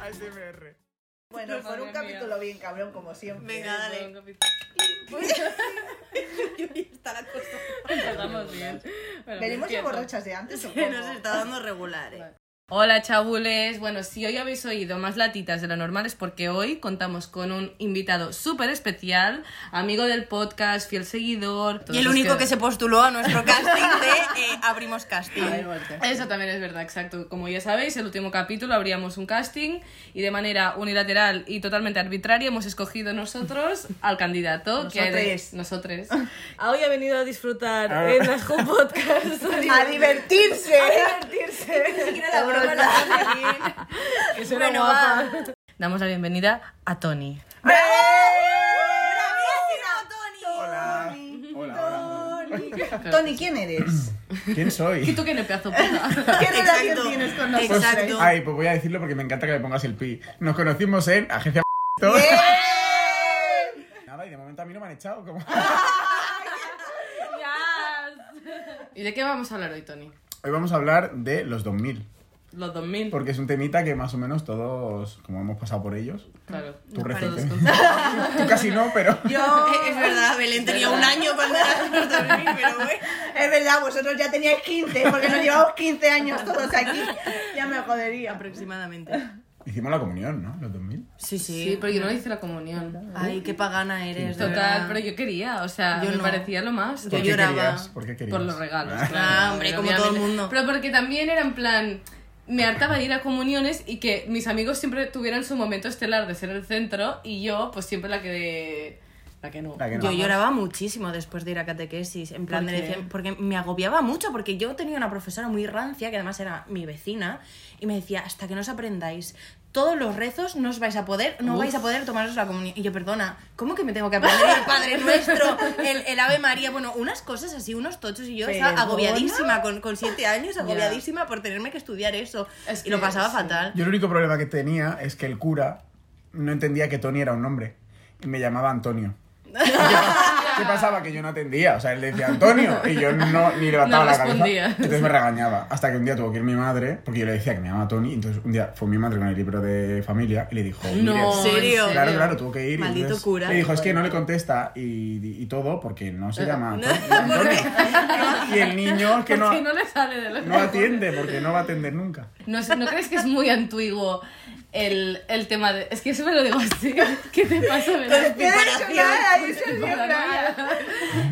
ASMR. Bueno, por Madre un mía. capítulo bien cabrón, como siempre. Venga, dale. Un capítulo. está la cosa. Empezamos bien. Bueno, ¿Venimos ya empiezo. borrachas de antes o Se cómo? nos está dando regular, eh. Vale. Hola chabules, bueno, si hoy habéis oído más latitas de lo normal es porque hoy contamos con un invitado súper especial, amigo del podcast, fiel seguidor. todos Y el los único que se postuló a nuestro casting de eh, Abrimos Casting. Eso también es verdad, exacto. Como ya sabéis, el último capítulo abríamos un casting y de manera unilateral y totalmente arbitraria hemos escogido nosotros al candidato. que Nosotres. Nosotres. Ah, Hoy ha venido a disfrutar en las Podcast. A divertirse. Bueno, va. Damos la bienvenida a Tony. Hola. Hola, Tony, ¿quién eres? ¿Quién ¿Y soy? tú qué le pedazo puta? ¿Qué relación Exacto. tienes con Exacto. nosotros? Ay, pues voy a decirlo porque me encanta que me pongas el pi. Nos conocimos en Agencia ¡Eh! Nada, y de momento a mí no me han echado. Como... ¿Y de qué vamos a hablar hoy, Tony? Hoy vamos a hablar de los 2000, Los 2000. porque es un temita que más o menos todos, como hemos pasado por ellos, Claro. tú Todos reciente. con- tú casi no, pero... Yo, es verdad, Belén tenía un año cuando era los 2000, pero bueno. Es verdad, vosotros ya teníais 15, porque nos llevamos 15 años todos aquí. Ya me jodería. Aproximadamente. Hicimos la comunión, ¿no? Los 2000. Sí, sí. Sí, pero yo no le hice la comunión. Ay, qué pagana eres. de Total, verdad. pero yo quería, o sea, Yo me no. parecía lo más. Yo ¿Por qué lloraba. querías? ¿Por qué querías? Por los regalos. Ah, claro, hombre, pero como todo el mundo. Pero porque también era en plan. Me hartaba de ir a comuniones y que mis amigos siempre tuvieran su momento estelar de ser el centro y yo, pues siempre la que. La que no. la que no. Yo lloraba muchísimo después de ir a catequesis, en plan ¿Por de qué? decir- porque me agobiaba mucho, porque yo tenía una profesora muy rancia, que además era mi vecina, y me decía, hasta que no os aprendáis todos los rezos, no os vais a poder, no Uf. vais a poder tomaros la comunión. Y yo, perdona, ¿cómo que me tengo que aprender el Padre Nuestro, el, el Ave María? Bueno, unas cosas así, unos tochos, y yo estaba ¿Perdona? agobiadísima, con, con siete años, agobiadísima por tenerme que estudiar eso. Es y lo que pasaba sí. fatal. Yo el único problema que tenía es que el cura no entendía que Tony era un hombre y me llamaba Antonio. ¿Qué pasaba? Que yo no atendía. O sea, él decía Antonio y yo no ni levantaba No la cabeza. respondía. Entonces me regañaba. Hasta que un día tuvo que ir mi madre, porque yo le decía que me llamaba Tony. Entonces un día fue mi madre con el libro de familia y le dijo: No, "Mire, ¿en serio? Claro, claro, tuvo que ir. y Maldito entonces cura. Le dijo: Es que no le contesta y, y todo porque no se llama Antonio. Y el niño es que no, Porque no le sale de los no atiende porque no va a atender nunca. No, sé, ¿no crees que es muy antiguo el, el tema de. Es que siempre lo digo así. ¿Qué te pasa, Belén? ¿Qué ha hecho nada? Ahí se vio nada.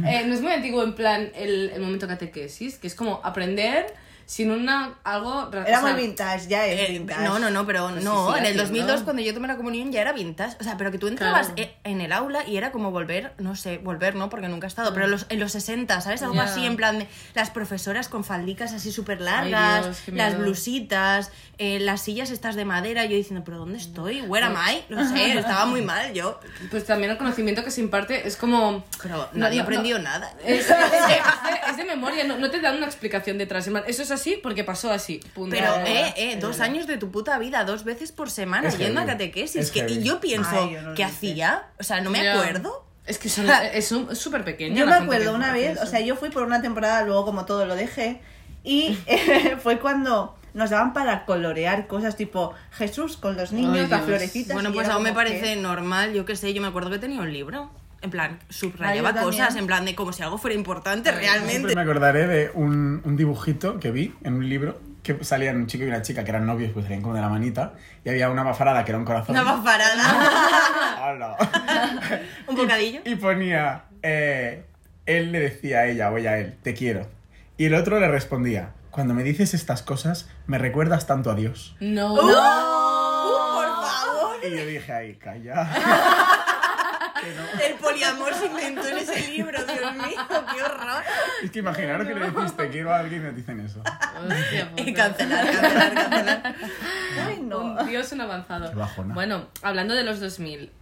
Eh, no es muy antiguo en plan el, el momento catequesis, que es como aprender sin una algo ra- Era o sea, muy vintage, ya es Eh, vintage. no, no, no, pero Pues sí, no. sigue en el haciendo. 2002, cuando yo tomé la comunión, ya era vintage. O sea, pero que tú entrabas Claro. e- en el aula y era como volver, no sé, volver, ¿no? Porque nunca he estado, pero los- en los 60, ¿sabes? Algo Mm. Ya. así, en plan de las profesoras con faldicas así súper Ay, largas, Dios, qué las miedo. blusitas, eh, las sillas estas de madera. Yo diciendo, ¿pero dónde estoy? ¿Where am I? No sé, estaba muy mal yo. Pues también el conocimiento que se imparte es como. Pero No, nadie no, aprendió no. nada. Es, es de, es de- es de memoria, no, no te dan una explicación detrás. en plan, Eso es así porque pasó así. punto. Pero, eh, eh, dos años de tu puta vida, dos veces por semana Es yendo heavy. a catequesis. Es que, y heavy. yo pienso, Ay, yo no lo ¿qué hice. hacía? O sea, no me Ya. acuerdo. Es que son, es un- es súper pequeño. Yo la me gente acuerdo que una hace vez, eso. o sea, yo fui por una temporada, luego como todo lo dejé, y eh, fue cuando nos daban para colorear cosas tipo Jesús con los niños, Ay, las Dios. florecitas. Bueno, y pues era aún me como que- parece normal, yo qué sé, yo me acuerdo que tenía un libro. En plan, subrayaba Ah, yo cosas, también. en plan de como si algo fuera importante realmente. Siempre me acordaré de un, un dibujito que vi en un libro que salían un chico y una chica que eran novios, pues salían como de la manita, y había una mafarada que era un corazón. Una paparada. ¡Hala! Un bocadillo. y ponía, eh, él le decía a ella o ella a él, te quiero. Y el otro le respondía, cuando me dices estas cosas, me recuerdas tanto a Dios. No. ¡Uh! ¡Uh, "Oh, por favor! Y yo dije, ay, calla. El poliamor se inventó en ese libro, Dios mío, qué horror. Es que imaginaros que le decís, te quiero a alguien y te dicen eso. Hostia puta. Y cancelar, cancelar, cancelar. Ay, no. Un dios, un avanzado. Qué bajona. Bueno, hablando de los 2000,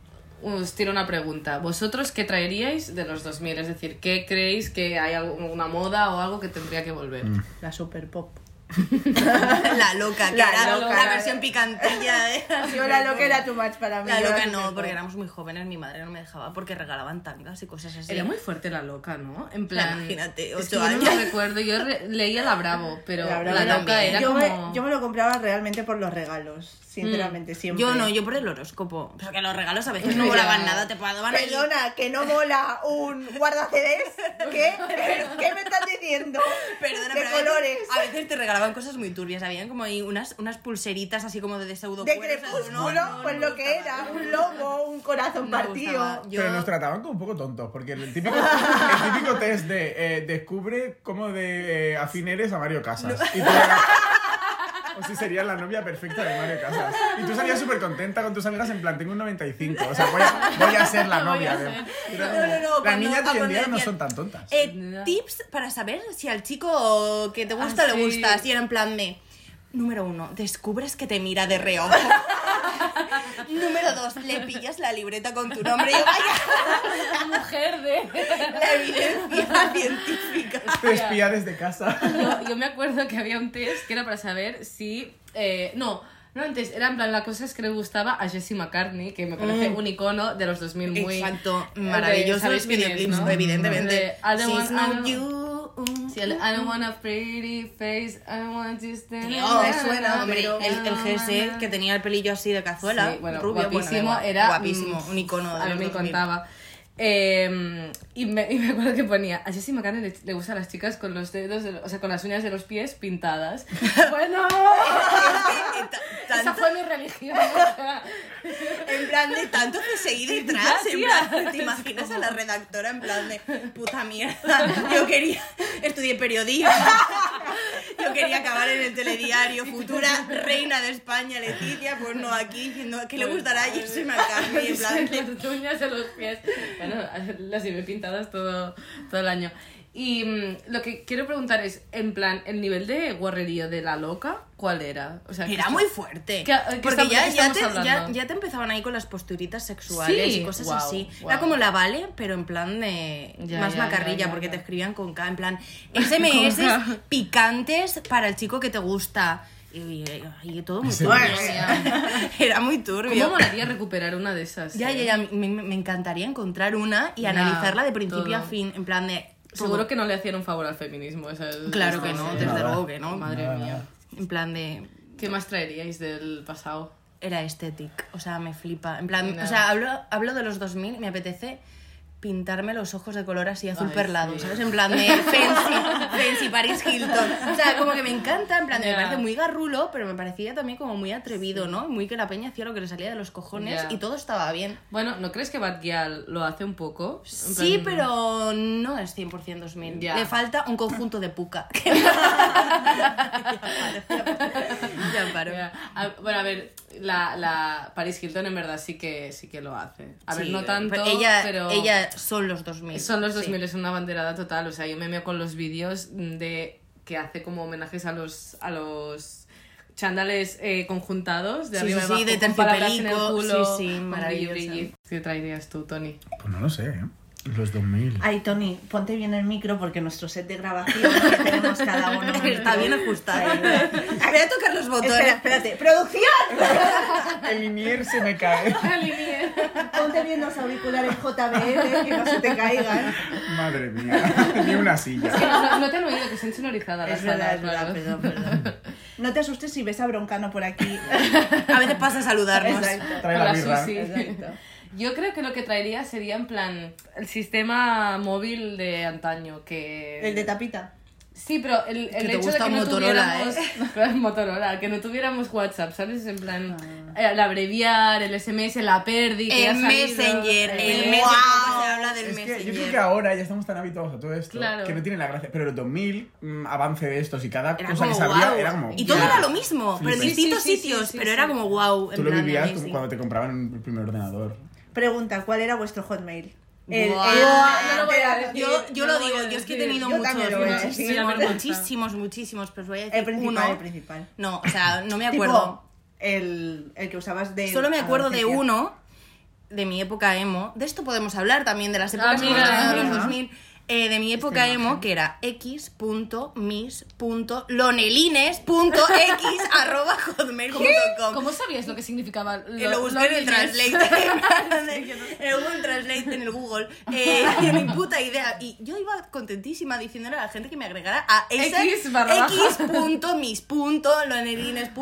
os tiro una pregunta. ¿Vosotros qué traeríais de los 2000? Es decir, ¿qué creéis que hay algo- una moda o algo que tendría que volver? La super pop. La loca, que La era loca. la versión picantilla de... Yo la loca era too much para mí. La yo loca era no, súper porque joven. éramos muy jóvenes, mi madre no me dejaba porque regalaban tangas y cosas así. Era muy fuerte la loca, ¿no? En plan. Imagínate, es que ocho Yo no años. lo recuerdo, yo re- leía la Bravo, pero la, La Bravo loca también. era yo, como. me, yo me lo compraba realmente por los regalos, sinceramente, siempre. Mm. Yo no, yo por el horóscopo. Pero que los regalos a veces no Ya. volaban nada, te pagaban el- Perdona, que no mola un guardacedes. ¿Qué? ¿Qué me estás diciendo? de Perdona, pero a veces- colores. A veces te regalaban cosas muy turbias. Habían como ahí unas, unas pulseritas así como de pseudo De crepúsculo, pues lo que era, un lobo, un corazón partido. Pero nos trataban como un poco tontos, porque el típico, el típico test de eh, descubre cómo de eh, afín eres a Mario Casas. Y tú eras- o si serías la novia perfecta de Mario Casas. Y tú salías súper contenta con tus amigas en plan, tengo un 95, o sea, voy a, voy a ser la Voy a novia. de- ser. Y era No, como, no, no, Las cuando- niñas de hoy en cuando día no decían- son tan tontas. Eh, tips para saber si al chico que te gusta Ah, le sí. gustas. Y era en plan de. Número uno, descubres que te mira de reojo. Número dos, le pillas la libreta con tu nombre. Y yo, vaya, La "Ah, mujer de. la evidencia científica. Te espía desde casa. yo, yo me acuerdo que había un test que era para saber si. eh, no, no antes, era en plan las cosas que le gustaba a Jesse McCartney, que me parece un icono de los 2000 muy. Mm. Exacto, eh, maravillosos ¿sabes quién es, videoclips, no? De evidentemente. I don't want- She's I not don't- you. Sí, el I don't want a pretty face, I don't want to stand. No, me suena, Ah, Oh, hombre, pero- el, el jersey que tenía el pelillo así de cazuela, Sí, bueno, rubio, bueno, da guapísimo, igual, era guapísimo, mm, un icono de A mí los me 2000. encantaba. Eh, y, me, y me acuerdo que ponía a Jessie McCartney le, le gustan las chicas con los dedos, de lo- o sea, con las uñas de los pies pintadas. bueno, Eh, eh, ta- esa tanto- fue mi religión. o sea, en plan de tanto que seguir detrás, Ya, en tía. plan, te imaginas a la redactora en plan de puta mierda, yo quería, estudié periodismo, yo quería acabar en el telediario, futura reina de España, Leticia, pues no, aquí diciendo que le Pues gustará a Jesse McCartney, en plan de las uñas de los pies. Bueno, las llevé pintadas todo, todo el año. Y mm, lo que quiero preguntar es, en plan, el nivel de guarrerío de la loca, ¿cuál era? O sea, ¿qué Era está- muy fuerte. ¿Qué- qué porque estamos- ya, qué ya, estamos te, hablando? ya- ya te empezaban ahí con las posturitas sexuales Sí, y cosas guau, así. guau. Era como la vale, pero en plan de Ya, más ya, macarrilla, ya, ya, porque ya. te escribían con K, en plan SMS K. picantes para el chico que te gusta. Y, y- y todo muy Sí. turbio. Madre Era muy turbio. ¿Cómo molaría recuperar una de esas? Ya, eh? ya, ya. Me, me encantaría encontrar una y Ya, analizarla de principio a todo. fin, en plan de. Seguro que no le hacían un favor al feminismo. esas- Claro que esas, no, eh, desde Nada. luego que no. Madre Nada. mía. En plan de. ¿Qué más traeríais del pasado? era estética, o sea, me flipa. En plan, No. o sea, hablo, hablo de los 2000 y me apetece pintarme los ojos de color así azul Ay, perlado, sí. ¿sabes? En plan de fancy, fancy Paris Hilton. O sea, como que me encanta, en plan, de Ya. me parece muy garrulo, pero me parecía también como muy atrevido, ¿no? Muy que la peña hacía lo que le salía de los cojones Ya. y todo estaba bien. Bueno, ¿no crees que Bad Gyal lo hace un poco? En Sí, plan- pero no es 100% 2000. Ya. Le falta un conjunto de puca. ya paro. Ya. A- bueno, a ver, la, la Paris Hilton en verdad sí que, sí que lo hace. A ver, Sí, no tanto, pero... Ella, ella son los 2000. Son los sí. 2000, es una banderada total. O sea, yo me meo con los vídeos de que hace como homenajes a los, a los chándales eh, conjuntados de Sí, arriba sí, y abajo, de con palabras en el terciopelico. culo, Sí, sí, con brilli, maravillosa. brilli. ¿Qué traerías tú, Tony? Pues no lo sé, ¿eh? Los 2000. Ay, Tony, ponte bien el micro porque nuestro set de grabación que tenemos cada uno. un Está bien micro. ajustada. Ahí va. Voy a tocar los botones. Espera, espérate. ¡Producción! El linier se me cae. Ponte bien los auriculares JBL que no se te caigan. Madre mía, ni una silla. Que no, no- no te han oído, que se han sonorizado las Es verdad, salas, es verdad, claro. perdón, perdón. No te asustes si ves a Broncano por aquí. A veces pasa a saludarnos. Exacto. Trae la Hola, birra. Susi. Exacto. Yo creo que lo que traería sería en plan el sistema móvil de antaño, que... El de tapita. Sí, pero el, el te hecho de gusta que no Motorola, ¿eh? tuviéramos Claro, Motorola, que no tuviéramos WhatsApp, ¿sabes? En plan, eh, el abreviar, el SMS, la pérdida. Ah. El Messenger, el Eh, Messenger. guau. Se habla del Es que yo creo que Messenger. ahora ya estamos tan habituados a todo esto Claro. que no tiene la gracia. Pero el 2000, mm, avance de estos y cada Era cosa que como sabía wow. era como. Y todo ya. era lo mismo, pero en Flipes. distintos Sí, sí, sí, sitios. sí, sí, pero era sí. como wow. En Tú lo plan, vivías amazing. cuando te compraban el primer ordenador. Pregunta, ¿cuál era vuestro hotmail? Buah, no lo voy a de- decir. Yo, yo No lo voy a digo, yo es que he decir. tenido Yo muchos, también lo voy a decir. muchísimos, Me da vergüenza. muchísimos, muchísimos, pero os voy a decir El principal, uno. el principal. No, o sea, no me Tipo, acuerdo. el, el que usabas de. Solo me acuerdo de adolescencia. uno de mi época emo. De esto podemos hablar también, de las épocas que Amiga. hemos hablado de los Amiga. 2000. eh, de mi época emo, que era x.mis.lonelines.x arroba hotmail.com. ¿Cómo sabías lo que significaba? Eh, lo busqué en el translate. en el Google Translate, en el Google. Eh, y ni puta idea. Y yo iba contentísima diciéndole a la gente que me agregara a esa X barra baja. x.mis.lonerines.x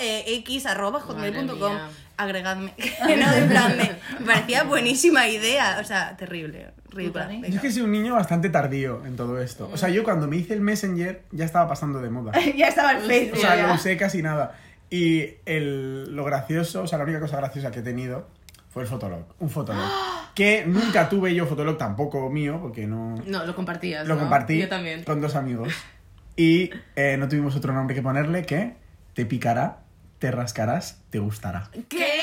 eh, arroba Madre hotmail.com. mía. Agregadme. no, en plan, me, me parecía buenísima idea. O sea, terrible. Ridícula. Dani? Venga. Yo es que soy un niño bastante tardío en todo esto. O sea, yo cuando me hice el Messenger ya estaba pasando de moda. ya estaba el Facebook. O sea, ya. no usé casi nada. Y el, lo gracioso, o sea, la única cosa graciosa que he tenido fue el Fotolog. Un Fotolog. Que nunca tuve yo Fotolog tampoco mío, porque no. No, lo compartías. Lo ¿no? compartí Yo también. con dos amigos. Y eh, no tuvimos otro nombre que ponerle que te picará, te rascarás, te gustará. ¿Qué?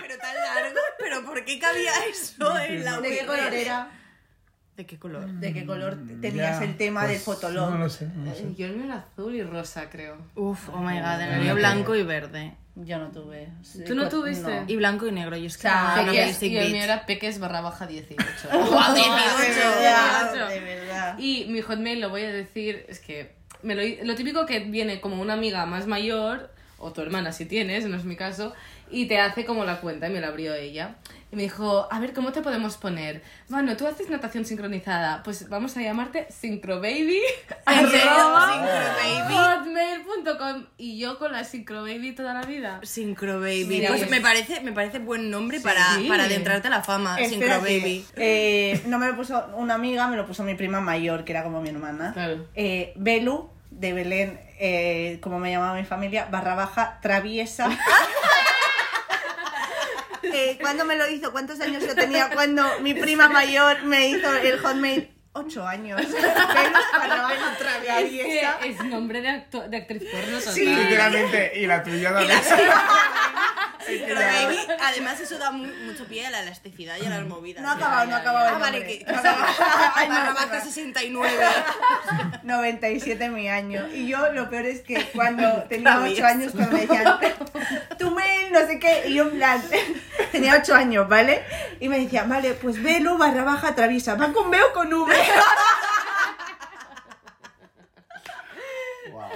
Pero tan largo. ¿Pero por qué cabía eso en la ¿De qué web? color era? Mm. ¿De qué color? ¿De qué color te- tenías el tema de del fotolog? Mm, pues, No lo sé. no lo sé. Eh, Yo el mío era azul y rosa, creo. Uf, oh my god, en no el mío tengo. blanco y verde. Yo no tuve. Sí, ¿Tú no co- tuviste? no. Y blanco y negro, y es que O sea, no, Ah, no Peques, basic y el bitch. mío era peques barra baja 18. Guau, De 18, verdad, guau. de verdad. Y mi hotmail, lo voy a decir, es que me lo, lo típico que viene como una amiga más mayor, o tu hermana si tienes, no es mi caso, y te hace como la cuenta, y me la abrió ella. Y me dijo, a ver, ¿cómo te podemos poner? Bueno, tú haces natación sincronizada, pues vamos a llamarte sincrobaby. ¿En serio? Ah. arroba Sincrobaby. hotmail.com. Y yo con la sincrobaby toda la vida. Sincro Baby. Mira, pues pues- me parece, me parece buen nombre para, Sí. para adentrarte a la fama, Sincro Espera que, Baby. eh, no me lo puso una amiga, me lo puso mi prima mayor, que era como mi hermana. Claro. Eh, Belu, de Belén, eh, como me llamaba mi familia, barra baja, traviesa. Eh, ¿Cuándo me lo hizo? ¿Cuántos años yo tenía cuando mi prima mayor me hizo el hotmail? Ocho años. Belu, barra baja, traviesa. Es nombre de, acto- de actriz porno. Sí. total. Literalmente, y la tuya también. Sincro Baby, además eso da mu- mucho pie a la elasticidad y a las movidas. No ha acabado, no ha acabado. el Ah, vale, nombre. que que barra baja 69. 97 mi año. Y yo lo peor es que cuando tenía Traviesa. 8 años, cuando me decían, tú mail, no sé qué, y yo en plan, tenía 8 años, ¿vale? Y me decían, vale, pues velo barra baja traviesa, ¿va con B o con V? Guau.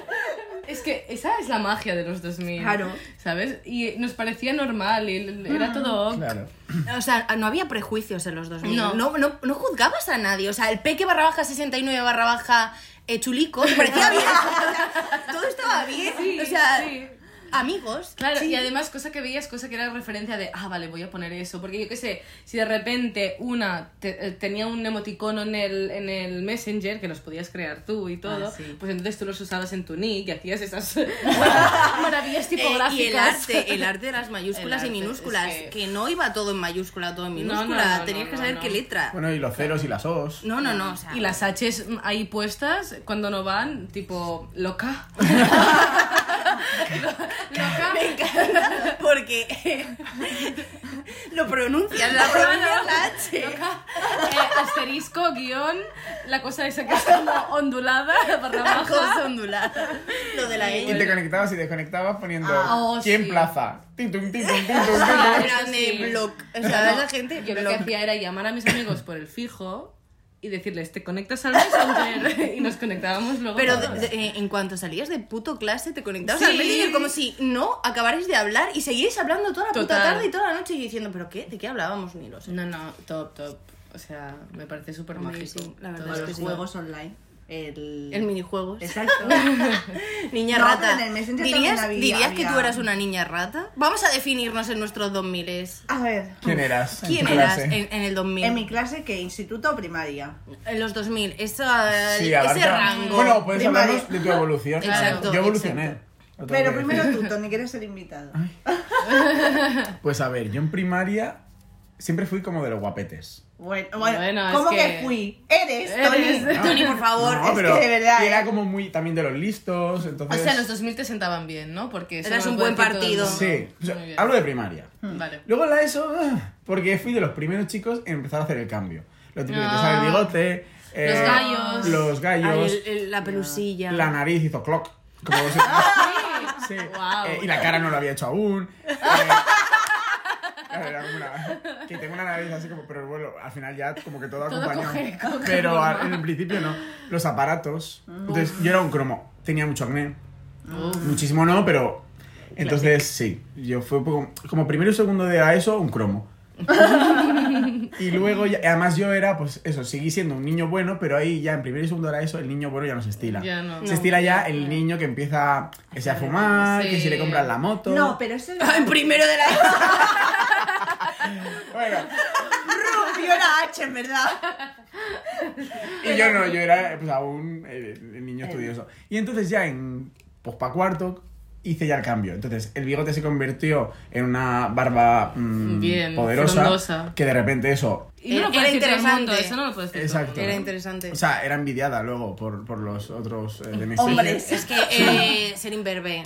Es que esa es la magia de los 2000. Claro. ¿Sabes? Y nos parecía normal y l- Mm. era todo. ok. Claro. O sea, no había prejuicios en los 2000. No, No. no, no, juzgabas a nadie. O sea, el peque barra baja 69 barra baja eh, chulico me parecía bien. O sea, todo estaba bien. Sí, o sea, sí. amigos. Claro, sí. y además cosa que veías, cosa que era referencia de, ah, vale, voy a poner eso, porque yo qué sé, si de repente una te- eh, tenía un emoticono en el, en el Messenger, que los podías crear tú y todo, Ah, sí. pues entonces tú los usabas en tu nick y hacías esas maravillas Eh, tipográficas. y el arte, el arte de las mayúsculas El y arte, minúsculas, es que- que... no iba todo en mayúscula, todo en No, no, minúscula, no, tenías no, que no, saber no. qué letra. Bueno, y los ceros y las os. No, no, no, o sea, Y las H's ahí puestas, cuando no van, tipo, loca. loca. me encanta porque eh, lo pronuncias, la pronuncias la H. Loca. Eh, asterisco, guión, la cosa esa que es como ondulada, barra La cosa baja. ondulada. Lo de la Y E. te conectabas y desconectabas poniendo Ah, oh, ¿Quién sí. plaza? Tin, tun, tin, tun, tin, tun, tin, tun. Ah, Era eso de sí. block. O sea, No, la gente. Yo lo que block. hacía era llamar a mis amigos por el fijo y decirles, te conectas al Messenger. y nos conectábamos luego. Pero todos. de- de- en cuanto salías de puto clase, te conectabas Sí. al Messenger como si no acabarais de hablar y seguíais hablando toda la puta Total. tarde y toda la noche y yo diciendo, ¿pero qué? ¿De qué hablábamos? Ni lo sé. No, no, top, top. O sea, me parece súper mágico. Amazing, la verdad Todos es que los sí. juegos. online. El, El minijuegos. Exacto. Niña No, rata. pero en el Messenger ¿Dirías, también había- ¿dirías que tú había- eras una niña rata? Vamos a definirnos en nuestros 2000 es. A ver, ¿Quién eras? en ¿Quién tu eras clase? en, en el 2000? en mi clase, ¿qué? ¿Instituto o primaria? En los 2000, esa- Sí, ese abarca- rango. Bueno, puedes Primaria. hablarnos de tu evolución. Exacto, Yo evolucioné. exacto. lo tengo Pero que primero decir. tú, Tony, que eres el invitado. Pues a ver, yo en primaria siempre fui como de los guapetes. Bueno, bueno, Bueno, es ¿cómo que... que- fui? Eres, Eres. Tony. Tony, por favor. No, es pero que de verdad, y era ¿eh? como muy también de los listos, entonces... O sea, los 2000 te sentaban bien, ¿no? Porque eso Eras no un lo puede buen decir todo el partido. Sí, mundo. o sea, Muy bien. hablo de primaria. Vale. Luego en la ESO, ah, porque fui de los primeros chicos en empezar a hacer el cambio. Lo típico, te sale el Ah. bigote... eh, gallos. Los gallos. Ay, el- el- la pelusilla. La nariz hizo clock. Como vos- Sí. Guau. Eh, y la cara no la había hecho aún. Eh, Era como una- que tengo una nariz así como, pero bueno, al final ya como que todo Todo acompaña. coge- coge pero forma. al- en el principio no. Los aparatos. Entonces, yo era un cromo. Tenía mucho acné. Muchísimo no, pero. Entonces, sí. Yo fue como, como primero y segundo de la ESO, un cromo. y luego, ya- además, yo era, pues eso, seguí siendo un niño bueno, pero ahí ya en primero y segundo de la ESO, el niño bueno ya no se estila. Ya no. Se estila ya el niño que empieza que sea, a fumar, que si le Sí. compran la moto. No, pero eso En no. primero de la Bueno, Yo era H, en verdad. Y yo no, yo era pues, aún eh, el niño estudioso. Y entonces ya en pospa cuarto hice ya el cambio. Entonces el bigote se convirtió en una barba mm, Bien, poderosa frondosa. que de repente eso... Y no Eh, Era lo puede decir todo el mundo, interesante. eso no lo puedes decir. todo el Exacto. Era interesante. O sea, era envidiada luego por, por los otros eh, de mi Hombres, especie. es que eh, ser imberbe,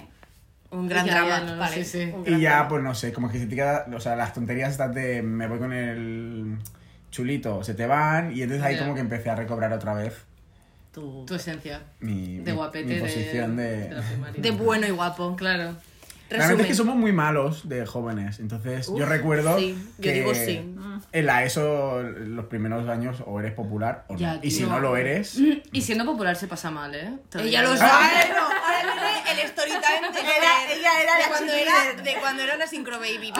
un gran Ya, ya, drama. no, no, vale, sí, sí. un gran Y ya, drama. pues no sé, como que se te queda, o sea, las tonterías estas de me voy con el chulito, se te van y entonces ahí Ya. como que empecé a recobrar otra vez mundo. Tu esencia. mi, De mi- guapete. mi de- posición de, de la primaria. De bueno y guapo. Claro. Realmente es que Resumen. somos muy malos de jóvenes. Entonces, yo Uf, recuerdo. sí, yo que digo sí. En la ESO, los primeros años, o eres popular o no. Ya, y si tío. no lo eres. Y siendo popular se pasa mal, ¿eh? Te Ella digo. lo sabe. Ahora viene el story time de, Era- ella era de la cuando cheerleader. era de cuando era una sincro baby.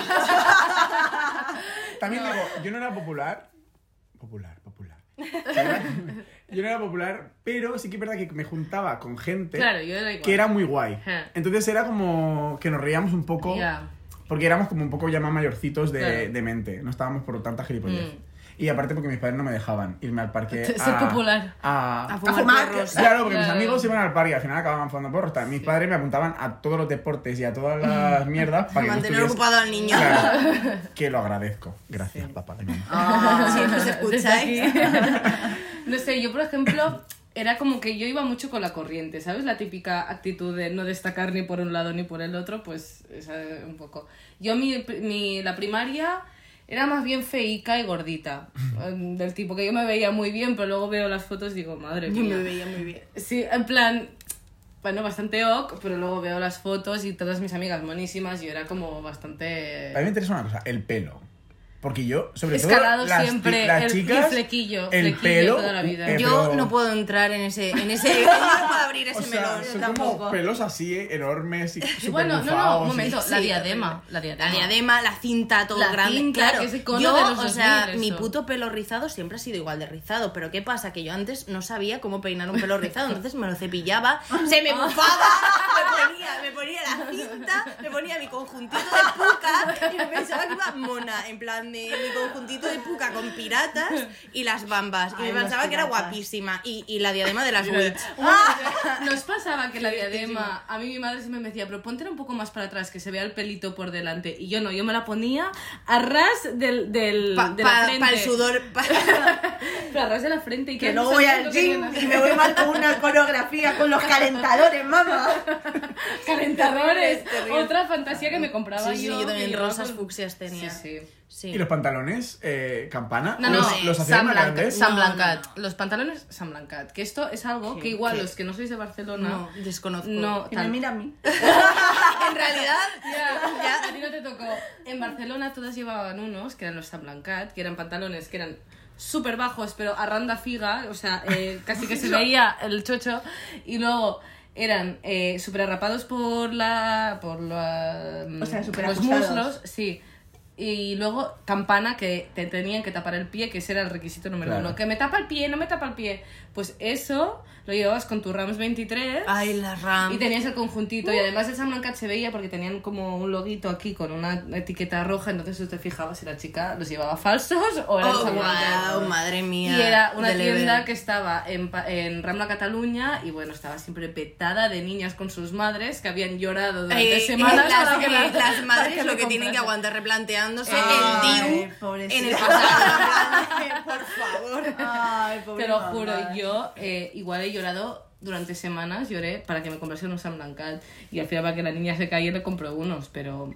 También digo, yo no era popular. Popular, popular. yo no era popular, pero sí que es verdad que me juntaba con gente Claro, yo era igual. que era muy guay. Ajá. Entonces era como que nos reíamos un poco. Ya. Porque éramos como un poco ya más mayorcitos de, Claro. de mente. No estábamos por tanta gilipollez. Mm. Y aparte porque mis padres no me dejaban irme al parque Ser a- popular. a- A fumar. porros. Claro, porque mis Claro. amigos iban al parque y al final acababan fumando porros. También Mis padres me apuntaban a todos los deportes y a todas las mierdas para que no Mantener estuviese- ocupado al niño. Claro, que lo agradezco. Gracias, papá. y mamá. Si nos Ah. Desde escucháis. aquí. No sé, yo por ejemplo, era como que yo iba mucho con la corriente, ¿sabes? La típica actitud de no destacar ni por un lado ni por el otro, pues esa es un poco. Yo mi, mi- la primaria era más bien feica y gordita, eh, del tipo que yo me veía muy bien, pero luego veo las fotos y digo, madre Yo mía. me veía muy bien. Sí, en plan, bueno, bastante ok, pero luego veo las fotos y todas mis amigas monísimas, yo era como bastante... A mí me interesa una cosa, el pelo. Porque yo, sobre Escalado todo, las, ti- siempre, las el- y chicas, flequillo, el flequillo pelo, toda la vida. eh, Yo pero- no puedo entrar en ese en ese yo no puedo abrir ese O sea, melón. son como tampoco. pelos así eh, enormes y súper Bueno, no, no, bufaos un y- momento, sí. la diadema, la diadema. La diadema, la cinta, todo La grande. cinta, claro, que es icono yo, de los o sea, 2000 mi eso. puto pelo rizado siempre ha sido igual de rizado. Pero ¿qué pasa? Que yo antes no sabía cómo peinar un pelo rizado. Entonces me lo cepillaba, se me bufaba, me ponía, me ponía la cinta, me ponía mi conjuntito de puca. Y me pensaba que iba mona, en plan de mi conjuntito de puca con piratas y las bambas. Y Ay, me los pensaba que era piratas. guapísima. Y, y la diadema de las witch. Nos pasaba que la diadema, a mí mi madre siempre me decía, pero póntela un poco más para atrás, que se vea el pelito por delante. Y yo no, yo me la ponía a ras del, del, Para de la frente. el sudor. pa- Pero a ras de la frente. Y Que que luego no voy sabía al lo que gym era. y me voy mal con una coreografía con los calentadores, mamá. Calentadores. Terrible, terrible. Otra fantasía que me compraba Sí, sí, yo. yo que también llevaba rosas con- fucsias tenía. Sí, sí. Sí. ¿Y los pantalones? eh, ¿Campana? No, ¿Los, no, los hacían San, grandes? Blanca- San No, no, Blancat. Los pantalones San Blancat. Que esto es algo que igual que- los que no sois de Barcelona... No, desconozco. No, Y me tal- mira a mí. en realidad, Ya, a ti no te tocó. En Barcelona todas llevaban unos, que eran los San Blancat, que eran pantalones que eran súper bajos, pero a randa figa, o sea, eh, casi que se veía el chocho, y luego eran eh, súper arrapados por la... por la- mm, O sea, súper los ajustados. muslos, sí. Y luego campana que te tenían que tapar el pie, que ese era el requisito número Claro. uno. Que me tapa el pie, no me tapa el pie. Pues eso lo llevabas con tu Rams 23. Ay, la RAM. Y tenías el conjuntito, y además el San Blancat se veía porque tenían como un loguito aquí con una etiqueta roja, entonces tú te fijabas si la chica los llevaba falsos o era el Oh, San Blancat. wow, madre mía. Y era una de level. tienda que estaba en, Pa- en Rambla, Cataluña, y bueno, estaba siempre petada de niñas con sus madres que habían llorado durante Eh, eh, semanas. las, para que eh, la- las para madres lo que tienen comprasen. que aguantar replanteándose Ay, el DIU pobrecita. en el pasado. Por favor. Ay, pobre Te lo mamá. juro, yo eh, igual he llorado durante semanas, lloré para que me comprase unos San Blancat, y al final para que la niña se cayera le compró unos, pero...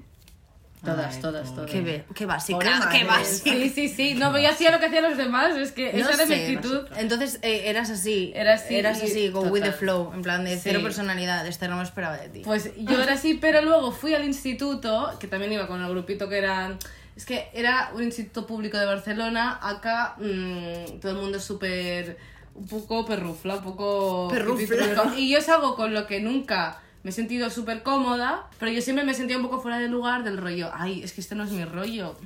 Todas, todas, todas. Qué, be- qué básica, Pobre madre. qué básica. Sí, sí, sí. No, pero yo hacía lo que hacían los demás. Es que No esa era mi sé. actitud. Entonces eh, eras así. Era así Eras y- así, go with the total. flow. En plan de cero Sí. personalidad. Este no me esperaba de ti. Pues yo era así, pero luego fui al instituto, que también iba con el grupito que eran... Es que era un instituto público de Barcelona, acá mm, todo el mundo es súper... Un poco perrufla, un poco... Perrufla. Y yo es algo con lo que nunca me he sentido súper cómoda, pero yo siempre me he sentido un poco fuera de lugar del rollo. Ay, es que este no es mi rollo.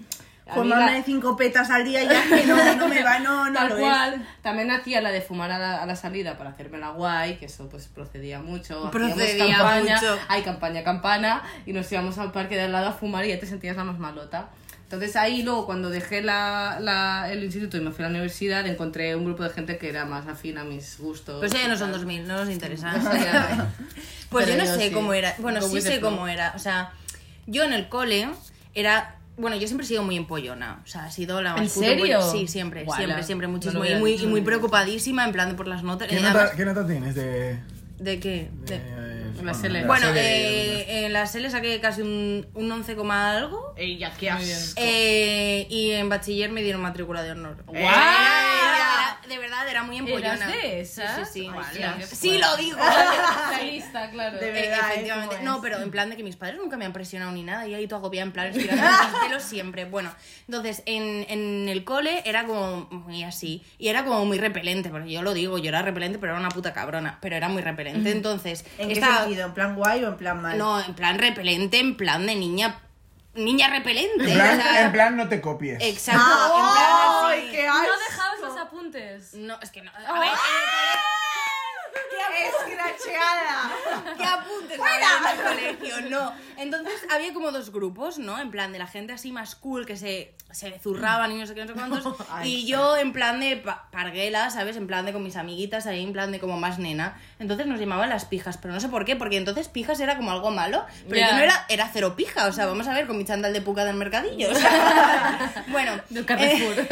Con Amiga, una de Pues cinco petas al día ya que no, no me va, no, no Tal lo es. cual. También hacía la de fumar a la, a la salida para hacerme la guay, que eso pues procedía mucho. Hacíamos Procedía campaña, mucho. Hay campaña, campana, y nos íbamos al parque de al lado a fumar y ya te sentías la más malota. Entonces ahí luego cuando dejé la, la- el instituto y me fui a la universidad encontré un grupo de gente que era más afín a mis gustos. Pero eso Pues ya no y son tal. 2000, no nos interesa. Pues Pero yo no yo sé sí. cómo era. Bueno, Go sí with the sé flow. cómo era. era, o sea, yo en el cole era. Bueno, yo siempre he sido muy empollona. O sea, he sido la más. ¿En puto serio? empollona. Sí, siempre, Guala. siempre, siempre. No lo Muchísimo. y, hubiera muy, dicho y muy nunca. preocupadísima, en plan, de por las notas. ¿Qué Eh, nota, además- ¿Qué nota tienes de...? ¿De qué? De- de- La Sele. Bueno, Sele? eh, en la SELE saqué casi un, un 11, coma algo. Ella, qué asco. Eh, y en bachiller me dieron matrícula de honor. ¡Guau! Era- era- de verdad, era muy empollona. ¿Eras de esas? Sí, sí, sí. Ay, Sí, qué asco. Sí, lo digo. La lista, claro. De Eh, verdad, ¿eh? efectivamente. ¿Cómo No, es? pero en plan de que mis padres nunca me han presionado ni nada. Y ahí tú agobiada en plan estirando mis pelos siempre. Bueno, entonces en, en el cole era como muy así. Y era como muy repelente, porque yo lo digo, yo era repelente, pero era una puta cabrona. Pero era muy repelente. Entonces, ¿En qué estaba- sentido? ¿En plan guay o en plan mal? No, en plan repelente, en plan de niña. Niña repelente. En o plan, sea, en plan, no te copies. Exacto. Ah, en plan así. ¡Ay, qué asco! No dejabas los apuntes. No, es que no. A ver, ¡Escracheada! que apuntes ¡Fuera! en el colegio, no. Entonces había como dos grupos, ¿no? En plan de la gente así más cool que se, se zurraban y no sé qué, no sé cuántos. y yo en plan de pa- parguela, ¿sabes? En plan de con mis amiguitas ahí, en plan de como más nena. Entonces nos llamaban las pijas, pero no sé por qué, porque entonces pijas era como algo malo, pero Ya. yo no era, era cero pija, o sea, vamos a ver, con mi chandal de puca del mercadillo. o sea, bueno. eh, Del Carrefour.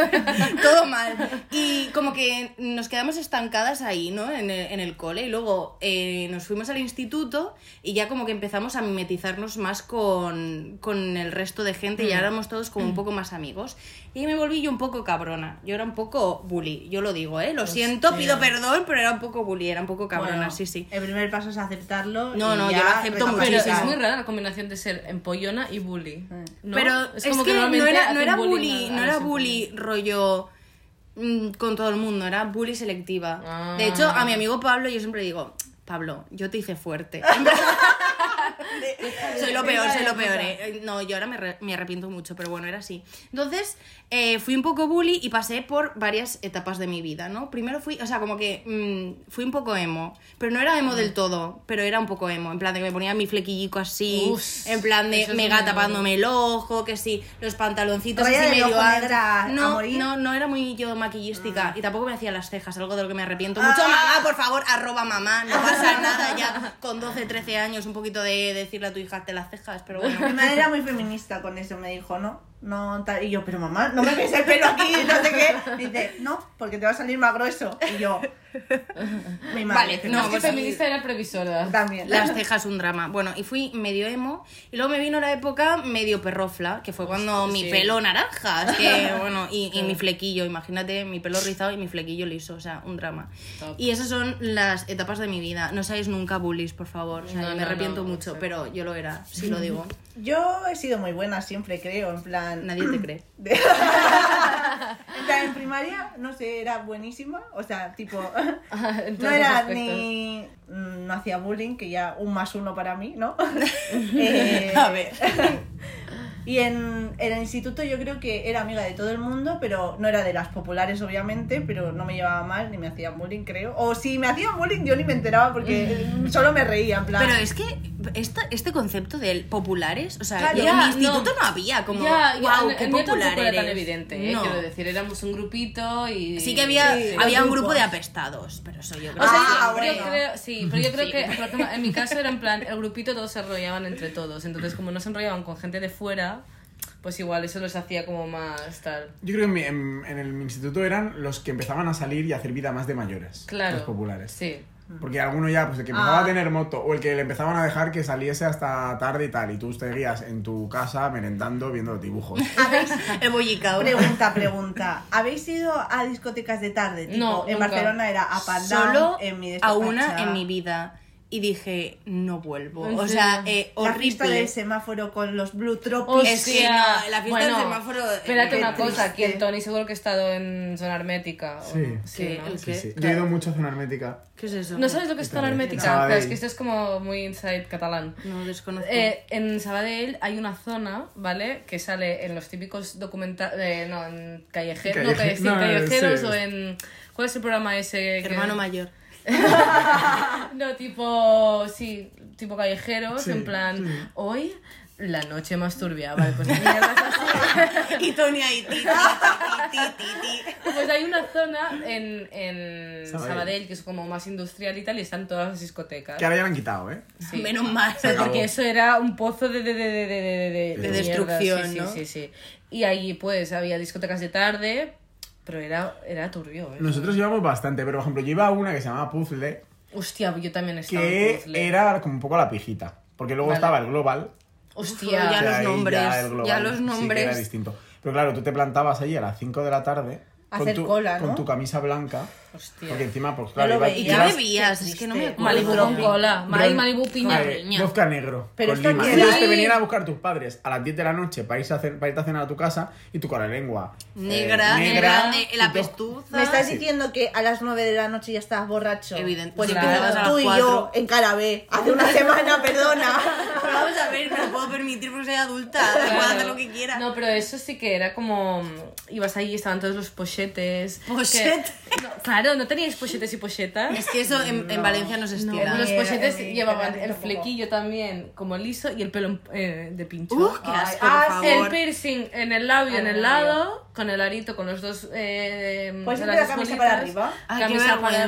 todo mal. Y como que nos quedamos estancadas ahí, ¿no? En el, en el cole. Y luego eh, nos fuimos al instituto y ya como que empezamos a mimetizarnos más con, con el resto de gente y ya éramos todos como un poco más amigos. Y ahí me volví yo un poco cabrona. Yo era un poco bully, yo lo digo, ¿eh? Lo siento, pido perdón, pero era un poco bully, era un poco cabrona, Bueno. sí, sí. El primer paso es aceptarlo. No, y no, ya yo lo acepto retomas. Pero muchísimo. es muy rara la combinación de ser empollona y bully. ¿no? Pero es, que, no normalmente era, no hacen era a- bully, a no los era empollones. bully rollo mm, con todo el mundo, era bully selectiva. Ah. De hecho, a mi amigo Pablo yo siempre digo, Pablo, yo te hice fuerte. En plan- soy lo peor, soy lo peor. eh. No, yo ahora me, re- me arrepiento mucho, pero bueno, era así. Entonces, eh, fui un poco bully y pasé por varias etapas de mi vida, ¿no? Primero fui, o sea, como que mm, fui un poco emo, pero no era emo del todo, pero era un poco emo, en plan de que me ponía mi flequillico así, Uf, en plan de eso es mega muy tapándome el ojo, que sí, los pantaloncitos Raya así del medio ojo altos. negra a No, morir. no, no era muy yo maquillística y tampoco me hacía las cejas, algo de lo que me arrepiento mucho. Mamá, por favor, arroba mamá, no pasa nada ya con 12, 13 años, un poquito de decirle a tu hija, te las cejas, pero Mi bueno. madre era muy feminista con eso, me dijo, no, no, tal. Y yo, pero mamá, no me ves el pelo aquí, no sé qué. Y dice, no, porque te va a salir más grueso. Y yo, mi madre. Vale, que no, Es que pues feminista era previsora. También. Las cejas un drama. Bueno, y fui medio emo y luego me vino la época medio perrofla, que fue cuando mi sí. pelo naranja, es que, bueno, y, y mi flequillo, imagínate, mi pelo rizado y mi flequillo liso, o sea, un drama. Top. Y esas son las etapas de mi vida. No seáis nunca bullies, por favor. O sea, No, me no, arrepiento no, mucho, sí. pero yo lo era, si lo digo. Yo he sido muy buena siempre, creo, en plan... Nadie te cree. de- en plan, en primaria, no sé, era buenísima. O sea, tipo, En no todos los era aspectos. ni... mm, No hacía bullying, que ya un más uno para mí, ¿no? Eh, A ver. Y en, en el instituto yo creo que era amiga de todo el mundo, pero no era de las populares, obviamente, pero no me llevaba mal, ni me hacían bullying, creo. O si me hacían bullying, yo ni me enteraba porque solo me reía, en plan. Pero es que esta, este concepto de populares, o sea, Claro, yo en ya, mi instituto no. no, había como, ya, ya, wow, en- qué en mío popular tampoco era tan eres". evidente, ¿eh? No. quiero decir, éramos un grupito y... Sí que había, Sí, había los un grupo grupos. de apestados, pero eso yo creo O sea, que- Ah, yo bueno. creo, sí, pero yo creo que por ejemplo, en mi caso era en plan, el grupito todos se enrollaban entre todos, entonces como no se enrollaban con gente de fuera, pues igual eso los hacía como más tal. Yo creo que en, mi- en- en el instituto eran los que empezaban a salir y a hacer vida más de mayores. Claro. Los populares. Sí. Porque alguno ya, pues el que empezaba Ah. a tener moto o el que le empezaban a dejar que saliese hasta tarde y tal, y tú seguías en tu casa merendando viendo dibujos. Ah, El bollicao. Pregunta, pregunta. ¿Habéis ido a discotecas de tarde? Tipo, No, en nunca. Barcelona era a Pandam, Solo en mi a una despacha. en mi vida. Y dije, no vuelvo. ¿En O sea, serio? eh, La fiesta horrible. del semáforo con los Blue Tropics. Hostia. Es que no, la fiesta Bueno, del semáforo. eh, Espérate Qué una cosa, aquí el triste. Tony seguro que ha estado en zona hermética. o- Sí. ¿Qué? ¿no? ¿El Sí, qué? sí. Yo he ido mucho a zona hermética. ¿Qué es eso? No sabes lo que es zona Sabadell. hermética, Sabadell. pero es que esto es como muy inside catalán. No, desconozco. Eh, en Sabadell hay una zona, ¿vale? Que sale en los típicos documentales. no, en callejeros. Calleje- No, calle- sí, no, callejeros sí. o en. ¿Cuál es el programa ese? que- Ah, Hermano mayor. No, tipo. Sí, tipo callejeros, Sí, en plan. sí. Hoy. La noche más turbia, vale, pues mierdas así. Y Tony ahí, ti, ti, ti, ti, ti, ti. Pues hay una zona en, en Sabadell. Sabadell que es como más industrial y tal, y están todas las discotecas. Que ahora ya la han quitado, ¿eh? Sí. Menos mal. Se acabó. Porque eso era un pozo de, de, de, de, de, de, de- De de mierda, destrucción, sí, ¿no? Sí, sí, sí. Y allí, pues, había discotecas de tarde, pero era, era turbio, ¿eh? Nosotros llevamos bastante, pero por ejemplo, yo iba a una que se llamaba Puzzle, Hostia, yo también estaba en que puzzle. era como un poco la pijita. Porque luego Vale. estaba el Global. Hostia, Ya que los ahí nombres, el ya los sí que era nombres. distinto. Pero claro, tú te plantabas allí a las 5 de la tarde. A hacer cola, ¿no? Con tu camisa blanca. Hostia. Porque encima, pues lo claro, iba- veía. ¿Y Y qué las- bebías? qué Es que no me triste. acuerdo. Malibu Ron. con cola. Mari- Ron- Malibu piña. eh, piña. vodka negro. Pero con esto lima. aquí Entonces era- te venían a buscar tus padres a las 10 de la noche para, irse a cen- para irte a cenar a tu casa y tú con la lengua. eh, negra, Negra, negra, ne- la y dos- pestuza. Me estás Sí. diciendo que a las 9 de la noche ya estabas borracho. Evidente. Pues Sí, tú- claro. tú, y A las yo cuatro. en Calabé hace una semana, perdona. Pero vamos a ver, me lo puedo permitir porque soy adulta, puedo Claro. hacer lo que quiera. No, pero eso sí que era como. mm, Ibas ahí, estaban todos los pochetes. que- ¿Pochetes? No, claro, ¿no teníais pochetes y pochetas? Es que eso en, en Valencia no se No, estira. los Ni era, pochetes ni era, llevaban ni el tampoco. flequillo también como liso y el pelo en- eh, de pincho. Uh, qué asco, por ah, sí, favor. El piercing en el labio, en Ah, el el lado, con el arito, con los dos. Eh, ¿Puedes de meter las la camisa bolitas, para arriba? Ay, Ah, qué camisa para vergüenza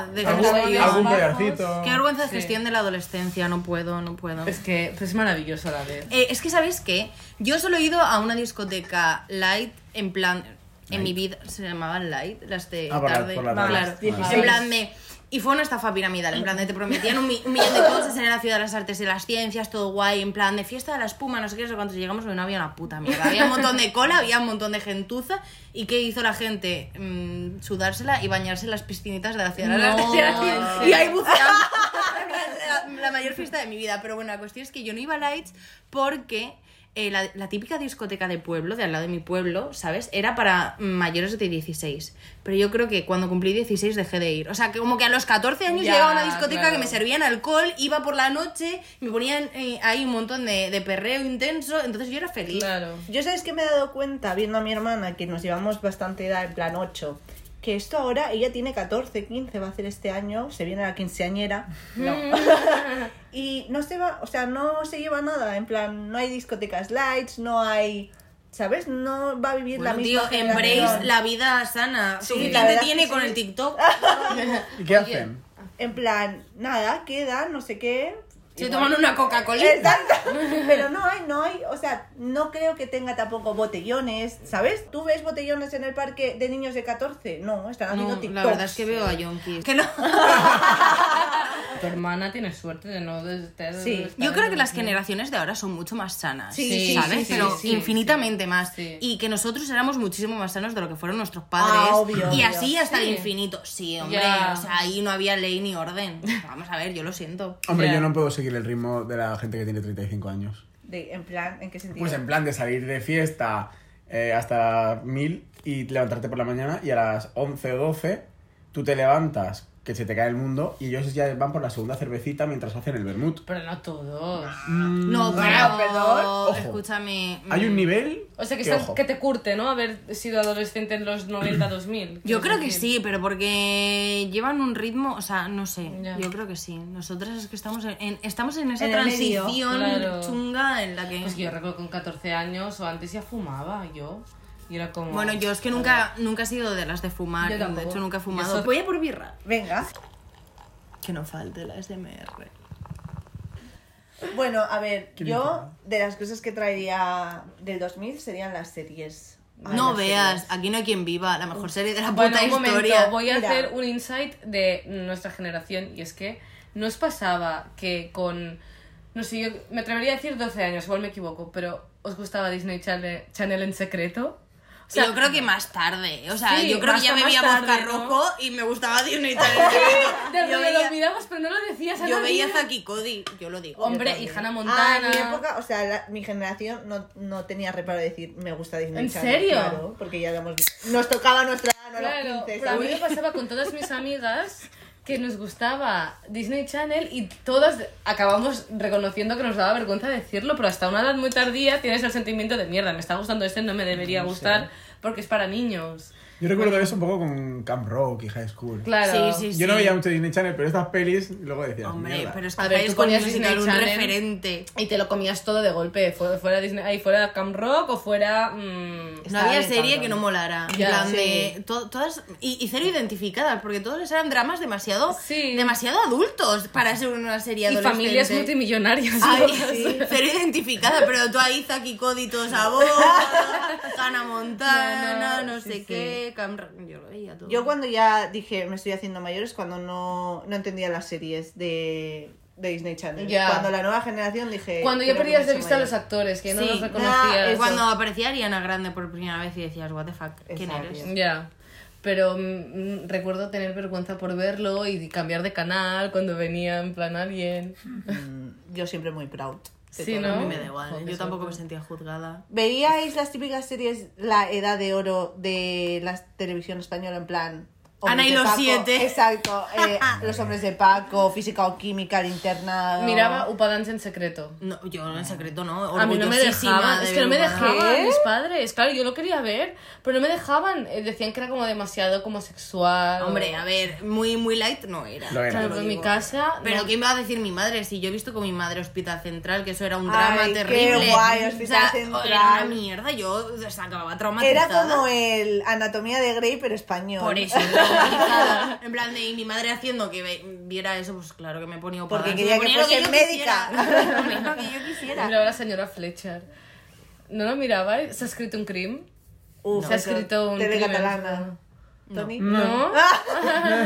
arriba, de Algún- gestión. algún bajos. collarcito. Qué vergüenza de Sí. gestión de la adolescencia, no puedo, no puedo. Es que pues, es maravilloso a la vez. Eh, es que, ¿sabéis qué? Yo solo he ido a una discoteca light, en plan. En mi vida se llamaban light, las de Ah, por la- tarde. por la tarde. claro. Vale. En plan de. Y fue una estafa piramidal, en plan de te prometían un, mi- un millón de cosas, en la ciudad de las artes y las ciencias, todo guay, en plan de fiesta de la espuma, no sé qué, eso cuando llegamos no había una puta mierda. Había un montón de cola, había un montón de gentuza. ¿Y qué hizo la gente? Mm, sudársela y bañarse en las piscinitas de Eh, la ciudad de las No, artes y las ciencias. en Y serio. ahí buceando. la, la mayor fiesta de mi vida. Pero bueno, la cuestión es que yo no iba a Lights porque eh, la, la típica discoteca de pueblo, de al lado de mi pueblo, ¿sabes? Era para mayores de 16. Pero yo creo que cuando cumplí 16 dejé de ir. O sea, que como que a los 14 años Ya, llegaba a una discoteca claro. que me servían alcohol, iba por la noche, me ponían eh, ahí un montón de, de perreo intenso, entonces yo era feliz. Claro. Yo sabes que me he dado cuenta viendo a mi hermana que nos llevamos bastante edad, en plan 8, que esto ahora ella tiene 14, 15, va a hacer este año, se viene a la quinceañera. No. y no se va, o sea, no se lleva nada, en plan, no hay discotecas lights, no hay, ¿sabes? No va a vivir la Bueno, tío, misma embrace generación. la vida sana. Sí, la Suficiente verdad tiene es que con sí. Ah, el TikTok. ¿Y qué hacen? En plan, nada, quedan, no sé qué. Se Igual. toman una Coca-Cola. Exacto. Pero no hay, no hay, o sea, no creo que tenga tampoco botellones, ¿sabes? ¿Tú ves botellones en el parque de niños de 14? No, están haciendo No, TikTok. la verdad es que veo a Yonkis. Tu hermana tiene suerte de no de- de- de- Sí, de- Yo creo que las generaciones de ahora son mucho más sanas, Sí, sí, ¿sabes? sí, sí, Pero sí, infinitamente más. sí. Y que nosotros éramos muchísimo más sanos de lo que fueron nuestros padres. Ah, obvio, y obvio. así hasta el Sí. infinito. Sí, hombre. Ya. O sea, ahí no había ley ni orden. Vamos a ver, yo lo siento. Hombre, Ya. yo no puedo seguir el ritmo de la gente que tiene 35 años. De- en plan, ¿en qué sentido? Pues en plan de salir de fiesta eh, hasta mil y levantarte por la mañana y a las 11 o 12 tú te levantas, que se te cae el mundo y ellos ya van por la segunda cervecita mientras hacen el vermut. Pero no todos. Mm. No, Ah, pero, perdón. Ojo. escúchame. Hay un mm, nivel O sea, que, que, estás- ojo. que te curte, ¿no? Haber sido adolescente en los 90-2000. Yo creo que sí, pero porque llevan un ritmo, o sea, no sé, Ya. yo creo que sí. Nosotras es que estamos en, en- estamos en esa En el medio, transición claro. chunga en la que... Pues que yo recuerdo con 14 años o antes ya fumaba yo. Y era como. Bueno, yo es que nunca, nunca he sido de las de fumar, Yo tampoco. de hecho nunca he Yo fumado. soy- Voy a por birra. Venga. Que no falte la SMR. Bueno, a ver, yo de las cosas que traería del 2000 serían las series. Ah, no las veas, aquí no hay quien viva, la mejor serie de la Bueno, puta un momento, historia. voy a Mira. hacer un insight de nuestra generación y es que nos pasaba que con, no sé, yo me atrevería a decir 12 años, igual me equivoco, pero ¿os gustaba Disney Channel, Channel en secreto? O sea, yo creo que más tarde, o sea, Sí, yo creo que más- ya más bebía tarde, vodka ¿no? rojo y me gustaba Disney Channel. de yo rollo lo veía- olvidamos, pero no lo decías a Yo nadie. veía a Zaki Cody, yo lo digo. Hombre, y también. Hannah Ah, en Montana. mi época, o sea, la- mi generación no, no tenía reparo de decir me gusta Disney ¿En Channel", serio? Claro, porque ya lo hemos visto. Nos tocaba nuestra edad, no las Claro, pero princesas. a mí me pasaba con todas mis amigas que nos gustaba Disney Channel y todas acabamos reconociendo que nos daba vergüenza decirlo, pero hasta una edad muy tardía tienes el sentimiento de mierda, me está gustando este, no me debería gustar porque es para niños. Yo recuerdo eso un poco con Camp Rock y High School. Claro. Sí, sí, Yo no veía mucho Disney Channel, pero estas pelis luego decías, Hombre, mierda. pero es A que ver, High tú School ponías Musical, Disney un Channel. referente. Y te lo comías todo de golpe, fu- fuera Disney, ahí fuera Camp Rock o fuera... mm, No Estaba había bien serie cabrón. que no molara. En Ya, plan sí. de. to- todas. Y, y cero identificadas, porque todos eran dramas demasiado. Sí. demasiado adultos para ser una serie y adolescente. familias multimillonarias. Ay, ¿no? sí. Cero identificada, pero tú ahí, Zaki Cody, todos a vos, Hannah Montana, No, no, no, sí, sé sí. qué, Cam... Yo lo veía todo. Yo cuando ya dije me estoy haciendo mayor es cuando no, no entendía las series de, de Disney Channel. Ya. Cuando la nueva generación dije... Cuando ya creo que perdías me de he hecho vista a los mayor. actores, que no Sí, los ah, reconocías. eso. Cuando aparecía Ariana Grande por primera vez y decías, what the fuck, ¿quién Exacto. eres? Ya. Pero mm, mm, recuerdo tener vergüenza por verlo y cambiar de canal cuando venía en plan alguien. Mm, Yo siempre muy proud. De Sí, todo, ¿no? A mí me da igual, Joder, yo tampoco suerte. me sentía juzgada. ¿Veíais las típicas series La Edad de Oro de la televisión española en plan... Hombres Ana y de los Paco? siete. Exacto. eh, los hombres de Paco, física o química, linterna... Miraba Upadance en secreto. No, yo en secreto no, A mí no me orgullosísima dejaban, de es que no me Bilbao. dejaban ¿Qué? mis padres. Claro, yo lo quería ver, pero no me dejaban. Eh, Decían que era como demasiado como sexual. o- Hombre, a ver, muy, muy light no era. Lo era. Claro, lo pero en mi digo. casa. Pero no. ¿qué me va a decir mi madre? Si yo he visto con mi madre Hospital Central, que eso era un drama Ay, qué terrible. guay, Hospital Central. Era una mierda, yo o sea, acababa traumatizada. Era como el Anatomía de Grey, pero español. Por eso, traumatizada. en plan de, y mi madre haciendo que ve- viera eso, pues claro que me ponía opada. Porque Me quería que ponía lo fuese yo médica. quisiera. Me ponía lo que yo quisiera. Miraba a la señora Fletcher. ¿No lo miraba? ¿Se ha escrito un crimen? Uf, Se ha eso, escrito un TV crimen. catalana. Tony. Ah. ¿No? Ah,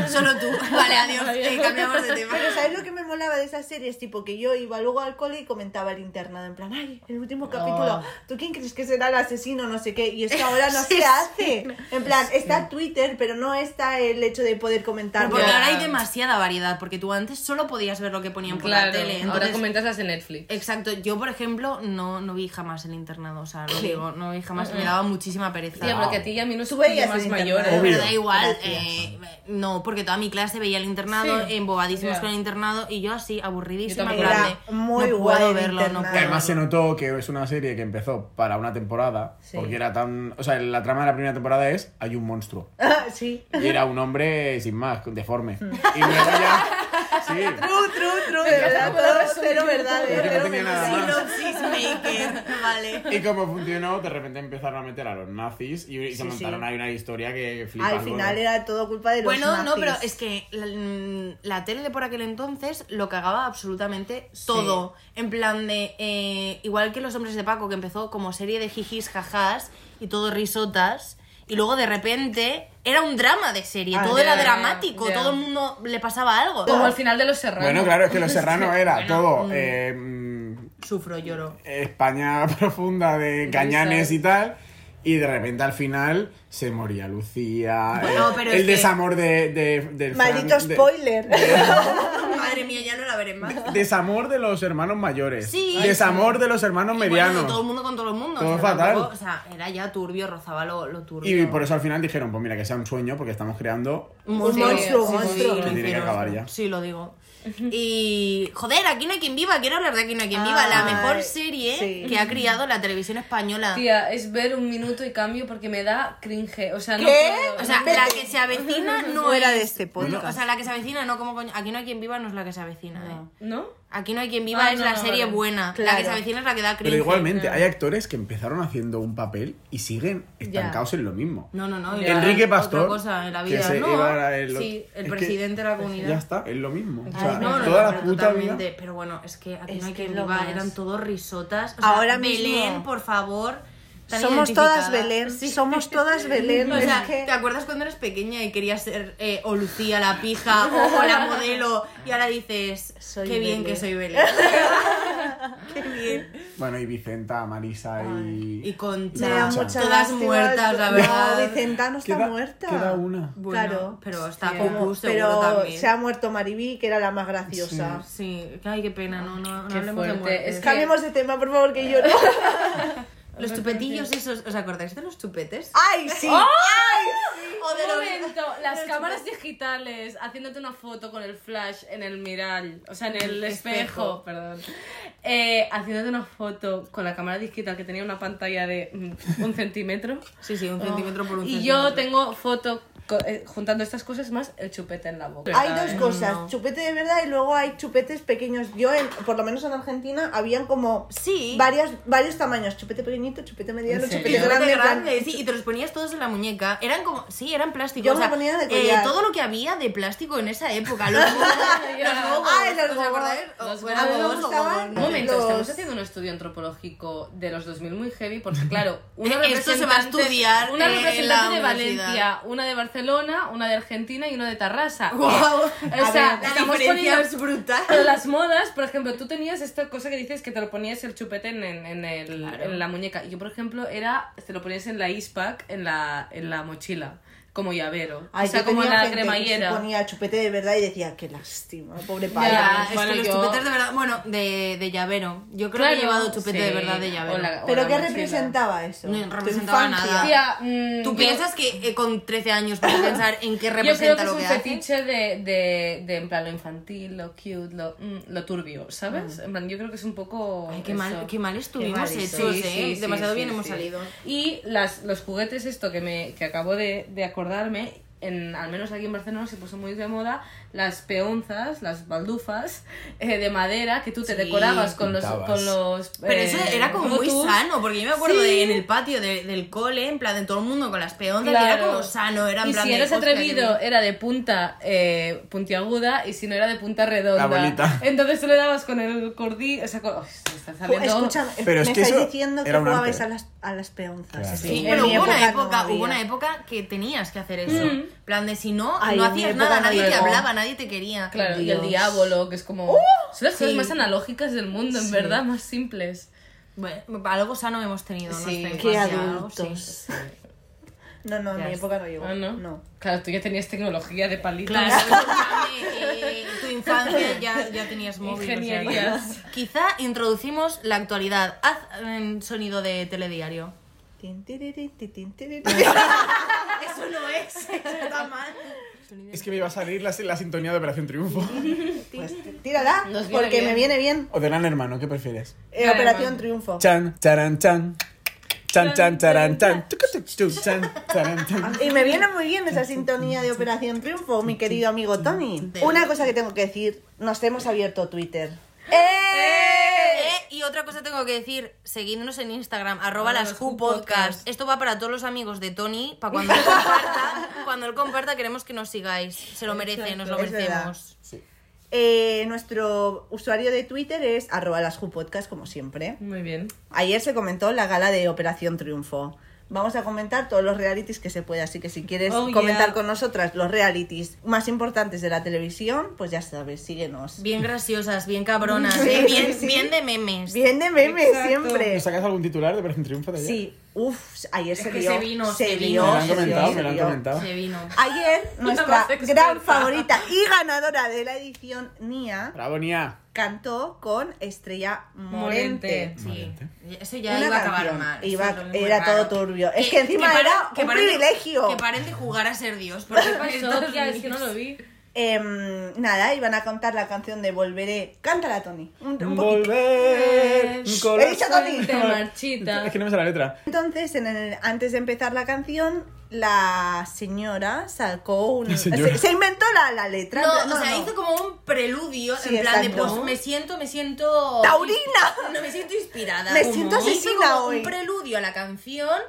Solo tú. Vale, adiós, eh, cambiamos de tema. Pero ¿sabes lo que me molaba de esas series? Tipo que yo iba luego al cole y comentaba el internado en plan, ay, el último capítulo, ¿tú quién crees que será el asesino? No sé qué, y es que ahora no se hace. En plan, está Twitter, pero no está el hecho de poder comentar. Porque Ya. ahora hay demasiada variedad, porque tú antes solo podías ver lo que ponían por Claro, la tele. ahora entonces- comentas las de Netflix. Exacto, yo por ejemplo no, no vi jamás el internado, o sea, lo digo, no vi jamás, me daba muchísima pereza. Tía, porque a ti y a mí nos Tú veías pilló más el mayores. internado. Pero Obvio. da igual, Gracias. eh, no, porque toda mi clase veía el internado, Sí. embobadísimos Ya. con el internado y yo así, aburridísima, Yo en tampoco. plan de, Era muy no guay puedo el verlo, no internado. puedo. Y Además se verlo. notó que es una serie que empezó para una temporada, porque era tan... O sea, la trama de la primera temporada es, hay un monstruo. sí. Y era un hombre sin más, deforme. Y luego ya... Sí. True, true, true, de verdad, como lo todo resumí, cero verdad. Pero que no cero tenía verdad. nada más. Synopsis maker, vale. Y como funcionó, de repente empezaron a meter a los nazis y, y se Sí, montaron sí. ahí una historia que flipas. Al final luego. era todo culpa de los Bueno, no, nazis. pero es que la, mm, la tele de por aquel entonces lo cagaba absolutamente todo. En plan de. eh, igual que Los Hombres de Paco, que empezó como serie de jijis, jajás y todo risotas. Y luego de repente era un drama de serie, Ah, todo ya, era ya, dramático, ya. todo el mundo le pasaba algo. Como al final de los serranos. Bueno, claro, es que Los Serrano era todo eh, mm, Sufro, lloro. España profunda de cañanes y tal. Y de repente al final se moría Lucía. Bueno, eh, pero el es que- desamor de, de, del Fran- Maldito de- spoiler. Madre mía, ya no la veré más. desamor de los hermanos mayores. Sí. desamor de los hermanos medianos. todo el mundo con todo el mundo. Todo o sea, fatal. tampoco- o sea, era ya turbio, rozaba lo, lo turbio. y por eso al final dijeron, pues mira, que sea un sueño porque estamos creando... Un monstruo, monstruo, sí, monstruo. sí, sí, lo sí, tiene que hicieron. acabar ya. Sí, lo digo. Y, joder, Aquí no hay quien viva, quiero hablar de Aquí no hay quien viva, la Ay, mejor serie sí. que ha criado la televisión española. Tía, es ver un minuto y cambio porque me da cringe. O sea, no ¿Qué? puedo. O sea, la que se avecina no Fuera era de este podcast. O sea, la que se avecina no, como coño, Aquí no hay quien viva no es la que se avecina, No. eh. ¿No? Aquí no hay quien viva Ah, es no, la no, serie vale. buena. La Claro. que se avecina es la que da cringe. Pero igualmente, hay actores que empezaron haciendo un papel y siguen estancados en lo mismo. No, no, no. Ya, era Enrique Pastor, Otra cosa en la que vida. se no, iba a- el- sí, es el que- presidente de la comunidad. Ya está, es lo mismo. O Ay, sea, no, no, no, toda la pero puta vida... totalmente. Pero bueno, es que aquí Es no hay que quien es lo viva, más. eran todos risotas. O sea, Ahora Belén, mismo. por favor, tan Somos todas identificada. Belén, somos todas Belén. O sea, es que- ¿te acuerdas cuando eras pequeña y querías ser eh, o Lucía la pija o, o la modelo? Y ahora dices, Soy qué bien Belén". que soy Belén. Bueno, y Vicenta, Marisa y. Y Concha. Me da Concha. mucha Todas lástima. muertas, la No, verdad. Vicenta no está Queda- muerta. queda una. Bueno, claro. Pero está Hostia. Como- Cocus seguro pero también. se ha muerto Mariví, que era la más graciosa. Sí, ay, qué pena, no, no, no Qué hablemos de fuerte, muertes. es que- Cambiemos de tema, por favor, que yo no. Los chupetillos esos, ¿os acordáis de los chupetes? ¡Ay, sí! ¡Ah! O de Un los- momento, las cámaras digitales haciéndote una foto con el flash en el miral, o sea, en el espejo, Espejo. perdón. Eh, haciéndote una foto con la cámara digital que tenía una pantalla de mm, un centímetro. Sí, sí, un centímetro por un Oh. Y centímetro. yo tengo foto co- eh, juntando estas cosas más el chupete en la boca. Hay ¿verdad, dos eh? cosas, chupete de verdad y luego hay chupetes pequeños. Yo, en- por lo menos en Argentina, habían como Sí. varias, varios tamaños. Chupete pequeñito, chupete mediano, ¿En serio? chupete Chupete grande. en plan- grande, sí, y te los ponías todos en la muñeca. Eran como, sí, eran plásticos. Yo me ponía de collar. eh, todo lo que había de plástico en esa época. Los gogos, los gogos, Ah, el ¿os gogos. acordáis? Los O era gogos. gogos, Me gogos, gustaban. Un momento, Los- estamos haciendo un estudio antropológico de los 2000 muy heavy, porque claro, una Esto se va a representante- estudiar una en la representante de universidad. Valencia, una de Barcelona, una de Argentina y una de Tarrasa. Guau. O sea, la estamos diferencia poniendo- es brutal. Pero las modas, por ejemplo, tú tenías esta cosa que dices que te lo ponías el chupete en, en- en el- en la muñeca. Yo, por ejemplo, era, te lo ponías en la ispac, en la, en la mochila, como llavero. Ay, o sea, yo como en tenía la gente que cremallera. se ponía chupete de verdad y decía, qué lástima, pobre padre. Ya, eh, Ya, es bueno, que los yo- chupetes de verdad, bueno, de, de llavero. Yo creo que he Claro, llevado chupete de sí. verdad de llavero. O la- o ¿Pero la qué mochila. representaba eso? No Tu representaba infancia. nada. Tía, mm, ¿Tú yo- piensas que eh, con 13 años puedes pensar en qué Yo creo representa que es lo un que hace? fetiche de, de, de, en plan, lo infantil, lo cute, lo, mm, lo turbio, ¿sabes? En plan, yo creo que es un poco... Ah. Ay, qué eso. mal, qué mal estuvimos Sí, hechos, sí, ¿eh? sí, Demasiado sí, bien sí, hemos sí. salido. Y las, los juguetes, esto que, me, que acabo de, de acordarme, en, al menos aquí en Barcelona se puso muy de moda, las peonzas, las baldufas eh, de madera que tú te Sí, decorabas con los, pintabas. con los... Pero eh, eso era como muy Bluetooth. sano, porque yo me acuerdo Sí. de en el patio de- del cole, en plan de todo el mundo con las peonzas, y era Claro. como sano, era en Y plan si de, eres "Hostia, qué atrevido, bien". era de punta eh, puntiaguda y si no era de punta redonda. La bolita. Entonces tú le dabas con el cordí. O sea, con- Ay, se está Jo, saliendo. Escúchame, Pero Pues, me es que estáis eso diciendo que era un jugabais a antes. las, a las peonzas. Claro. Es que Sí, eh, en pero mi hubo una no época, hubo había. una época que tenías que hacer eso. En plan de si no, Ay, no en mi hacías época nada, no nadie te llegó. hablaba, nadie te quería. Claro, y Dios. el diablo, que es como. son las cosas Sí. más analógicas del mundo, en verdad, más simples. Bueno, algo sano hemos tenido, no Sí, sé, qué infancia, algo, adultos. sí. No, no, en mi época no llegó. Ah, ¿no? No. Claro, tú ya tenías tecnología de palitos. Claro, escúchame, eh, tu infancia ya, ya tenías móvil. o sea que- Ingenierías. Quizá introducimos la actualidad. Haz eh, sonido de telediario. Tin, tiririn, ti, tin, Pues tiririn. Eso no es, eso está mal. Es que me iba a salir la, la sintonía de Operación Triunfo. Pues tírala, Nos viene porque bien. me viene bien. o de Gran Hermano, ¿qué prefieres? Eh, Gran Operación Hermano. Triunfo. Chan, charan, chan. Chan, chan, charan, chan. Tucutuc, tuc, Chan, charan, chan. Ah, Y me viene muy bien esa sintonía de Operación Triunfo, mi querido amigo Tony. De- Una cosa que tengo que decir, nos hemos abierto Twitter. Eh, y otra cosa tengo que decir, seguidnos en Instagram, arroba las Who Podcast. Esto va para todos los amigos de Tony, para cuando él comparta, cuando él comparta queremos que nos sigáis. Se lo merece, nos lo Es verdad. merecemos. Sí. Eh, nuestro usuario de Twitter es arroba las Podcast, como siempre. Muy bien. Ayer se comentó la gala de Operación Triunfo. Vamos a comentar todos los realities que se puede, así que si quieres Oh, comentar yeah. con nosotras los realities más importantes de la televisión, pues ya sabes, síguenos. Bien graciosas, bien cabronas, Sí, eh, sí, bien, sí. bien de memes. Bien de memes Exacto. siempre. ¿Nos sacas algún titular de Operación Triunfo de ayer? Sí, uff, ayer se que vio. se vino, se Me vino. lo vio, han se comentado, vio, me lo han se vio. comentado. Se vino. Ayer, nuestra más gran experta. favorita y ganadora de la edición, Nia, Bravo, Nia. cantó con Estrella Morente. Morente. Sí, eso ya Una iba a acabar canción. mal. Iba- Eso es muy era raro. todo turbio. Es que encima paren- era un paren de- privilegio. Que paren de jugar a ser Dios. Porque Eso, tía, es que no lo vi. Em, nada, iban a cantar la canción de Volveré. Cántala, Tony. Un, un poquito. Eh, Volver. con He la dicho Tony. suerte. Te marchita. Es que no me sale la letra. Entonces, en el- antes de empezar la canción, la señora sacó un. La señora. Se, se inventó la, la letra. No, No, o sea, no. hizo como un preludio Sí, en plan de exacto. pues me siento, me siento. ¡Taurina! No, me siento inspirada. Me Como- siento hizo asesina como hoy. Un preludio a la canción.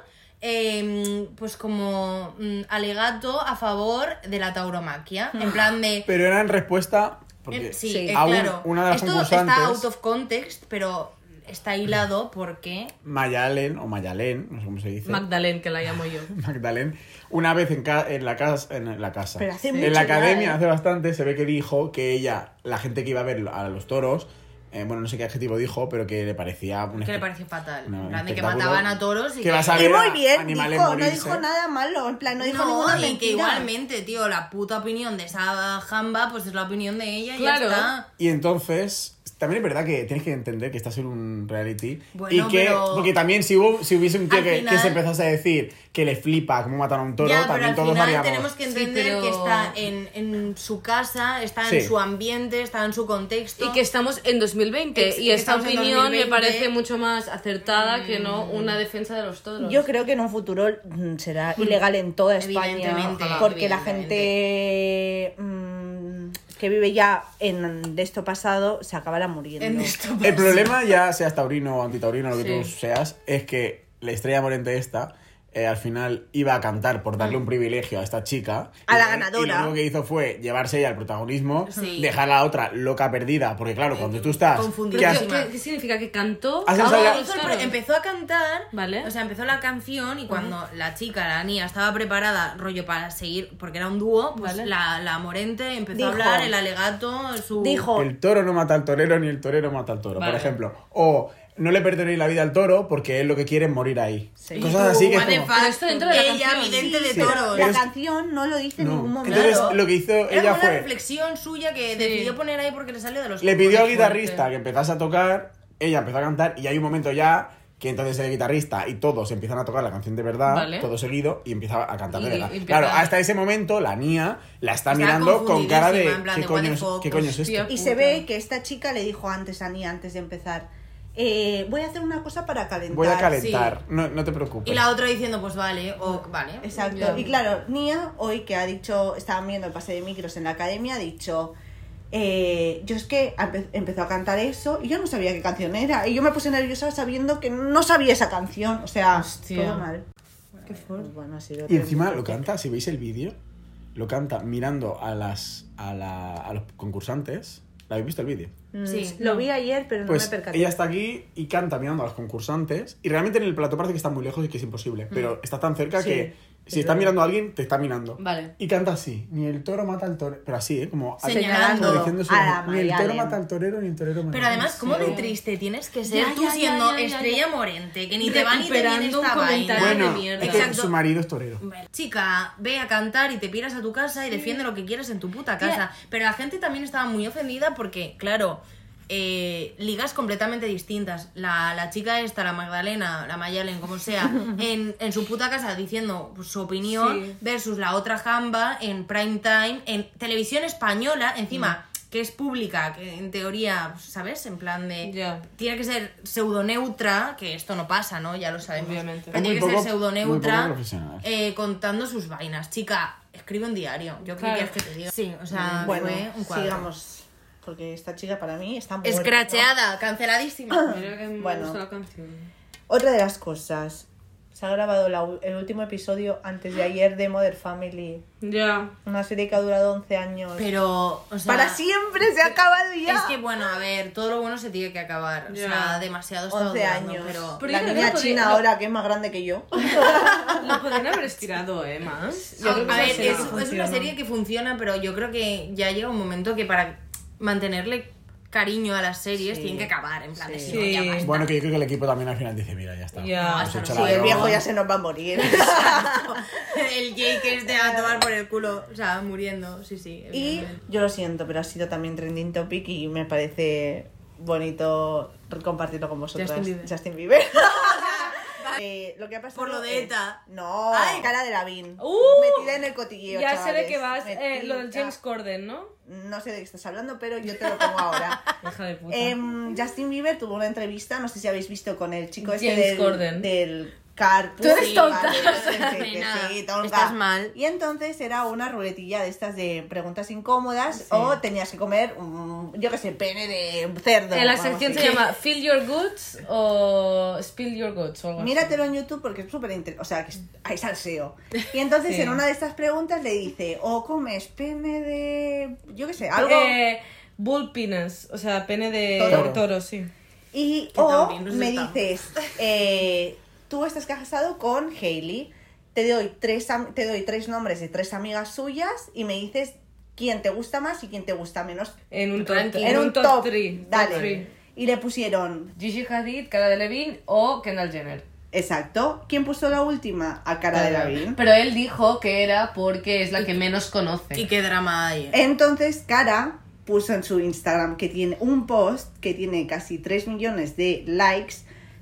eh, pues como mm, alegato a favor de la tauromaquia. En plan de. Pero era en respuesta. eh, Porque sí, eh, a un- claro. una de las Esto concursantes. está out of context, pero está hilado porque Mayalen o Mayalen, no sé cómo se dice. Magdalene, que la llamo yo. Magdalén, una vez en, ca- en la casa, en la casa, Pero hace mucho en ya, la academia, ¿eh? hace bastante, se ve que dijo que ella, la gente que iba a ver a los toros, eh, bueno, no sé qué adjetivo dijo, pero que le parecía un que le espe- pareció fatal. No, en plan de que espectáculo. mataban a toros y Que que vas a Y ver muy a bien, dijo, animales no morirse. dijo nada malo, en plan, no dijo No, ninguna y mentira. que igualmente, tío, la puta opinión de esa jamba, pues es la opinión de ella y Claro. ya está. Y entonces, también es verdad que tienes que entender que estás en un reality. Bueno, y que, pero- porque también si, hubo- si hubiese un tío Al que, final- que se empezase a decir que le flipa cómo mataron a un toro, ya, pero también al todos final haríamos. tenemos que Sí, entender pero- que está en, en su casa, está en Sí. su ambiente, está en su contexto. Y que estamos en 2020 Ex- y esta estamos en opinión me 2020. parece mucho más acertada que no una defensa de los toros. Yo creo que en un futuro mm, será ilegal en toda España. Evidentemente, ojalá, porque evidentemente. la gente mm, que vive ya en de esto pasado se acabará muriendo. En esto El problema, ya seas taurino o antitaurino, lo que Sí. tú seas, es que la estrella morente esta eh, al final iba a cantar por Mm. darle un privilegio a esta chica. A Y la lo- Y ganadora. lo único que hizo fue llevarse ella al protagonismo, Sí. Eh, dejar a la otra loca perdida, porque claro, cuando tú estás... Confundida. que Pero, has- tío, ¿qué, qué significa? ¿Que cantó? Has Ah, estado vale, ya- Hizo el claro. pro- empezó a cantar, Vale. o sea, empezó la canción y cuando la chica, la niña, estaba preparada, rollo para seguir, porque era un dúo, pues Vale. la, la Morente empezó Dijo- a hablar, el alegato, su... Dijo, El toro no mata al torero ni el torero mata al toro, Vale. por ejemplo. O no le perdonéis la vida al toro porque él lo que quiere es morir ahí. Cosas así que... es What the como- fuck, Pero esto dentro de la ella, canción. vidente de Sí. toros. la es- canción no lo dice en No. ningún momento. Entonces Claro. lo que hizo Era ella una fue... reflexión suya que decidió poner ahí porque le salió de los Le pidió al cojones. guitarrista que empezase a tocar, ella empezó a cantar y hay un momento ya que entonces el guitarrista y todos empiezan a tocar la canción de verdad, Vale. todo seguido, y empieza a cantar de Y- verdad. y empieza- Claro, hasta ese momento la niña la está, Está mirando con cara de, confundidísima, en plan ¿qué, de, coño what the es, fuck, ¿qué coño es hostia. esto? Y se ve que esta chica le dijo antes a Ni antes de empezar, eh, voy a hacer una cosa para calentar. Voy a calentar, no, no te preocupes. Y la otra diciendo, pues vale, o vale. Exacto. Ya. Y claro, Nia hoy que ha dicho, estaban viendo el pase de micros en la academia, ha dicho, eh, yo es que empe- empezó a cantar eso y yo no sabía qué canción era. Y yo me puse nerviosa sabiendo que no sabía esa canción. O sea, Hostia. todo mal. Qué fuerte. Bueno, ha sido Y tremendo. encima lo canta, si veis el vídeo, lo canta mirando a, las, a, la- a los concursantes. ¿La habéis visto el vídeo? Mm, Sí. lo vi ayer, pero no me Pues percaté. ella está aquí y canta mirando a los concursantes. Y realmente en el plato parece que está muy lejos y que es imposible. Pero está tan cerca Sí, que es si está verdad. mirando a alguien, te está mirando. Vale. Y canta así: ni el toro mata al torero. Pero así, ¿eh? Como Señalando como diciendo su- a la Ni el toro Mayalen. mata al torero, ni el torero mata Pero al- además, ¿cómo de triste tienes que ser Ya, tú ya, ya, siendo ya, ya, ya. estrella morente? Que ni te va ni te viene Recuperando un esta vaina. comentario Bueno, de mierda. es que Exacto. su marido es torero. Chica, ve a cantar y te piras a tu casa y defiende lo que quieras en tu puta casa. Pero la gente también estaba muy ofendida porque, claro, eh, ligas completamente distintas. La, la chica esta, la Magdalena, la Mayalen, como sea, en, en su puta casa diciendo pues, su opinión Sí. versus la otra jamba en prime time, en televisión española, encima... Mm. que es pública, que en teoría, pues, ¿sabes? En plan de... Ya. Tiene que ser pseudoneutra, que esto no pasa, ¿no? Ya lo sabemos. Obviamente. Pero Muy tiene que ser poco- muy poco pseudoneutra, profesional. eh, contando sus vainas. Chica, escribe un diario. Yo creo Claro. que es que te diga. Sí, o sea, Bueno, Ah, fue un cuadro. sigamos. Porque esta chica para mí está muy... Escracheada, canceladísima. Mira que me Bueno. gusta la canción. Otra de las cosas. Se ha grabado la u- el último episodio antes de ayer de Mother Family. Ya. Una serie que ha durado 11 años. Pero, o sea, Para siempre se ha acabado ya. Es que bueno, a ver, todo lo bueno se tiene que acabar. Ya. O sea, demasiado está 11 durando, años. Pero Pero la yo creo niña que podría- china no. ahora, que es más grande que yo. Lo podrían haber estirado, ¿eh? Más. A, a ver, serie es, que es funciona. una serie que funciona, pero yo creo que ya llega un momento que para mantenerle cariño a las series tienen que acabar, en plan, de, si no, ya Sí. basta. Bueno, que yo creo que el equipo también al final dice: Mira, ya está. Ya. Hemos hecho Sí, la Y el broma. viejo ya se nos va a morir. El Jake este a tomar por el culo, o sea, muriendo, sí, sí. y evidentemente. yo lo siento, pero ha sido también trending topic y me parece bonito compartirlo con vosotras. Justin Bieber. Justin Bieber. Eh, lo que ha pasado Por lo de es- ETA. No, Ay. cara de Lavín. ¡Uh! Metida en el cotilleo. Ya sé chavales. de qué vas. eh, lo del Metida. James Corden, ¿no? No sé de qué estás hablando, pero yo te lo pongo ahora. Hija de puta. Em, Justin Bieber tuvo una entrevista, no sé si habéis visto, con el chico este James del, Corden. del carpool. Tú eres Sí, tonta. vale, que sí, que Nena, sí, tonta. estás mal. Y entonces era una ruletilla de estas de preguntas incómodas o tenías que comer, mm, yo qué sé, pene de cerdo. en la vamos, sección sí. se llama Feel Your Goods o Spill Your Goods o algo así. Míratelo en YouTube porque es súper interesante. O sea, que es- hay salseo. Y entonces Sí. en una de estas preguntas le dice, o comes pene de, yo qué sé, algo... Eh, bull penis, o sea, pene de Toro. toro, sí. Y Qué o taurinos me estamos. dices, eh, tú estás casado con Hailey, te doy, tres, am- te doy tres nombres de tres amigas suyas y me dices quién te gusta más y quién te gusta menos. En un top, Ranking. en un top, three, top Dale. three. Y le pusieron, Gigi Hadid, Cara de Levine o Kendall Jenner. exacto, ¿quién puso la última? A cara de Lavín. Pero él dijo que era porque es la que menos conoce. Y qué drama hay. eh. Entonces, Cara puso en su Instagram que tiene un post que tiene casi 3 millones de likes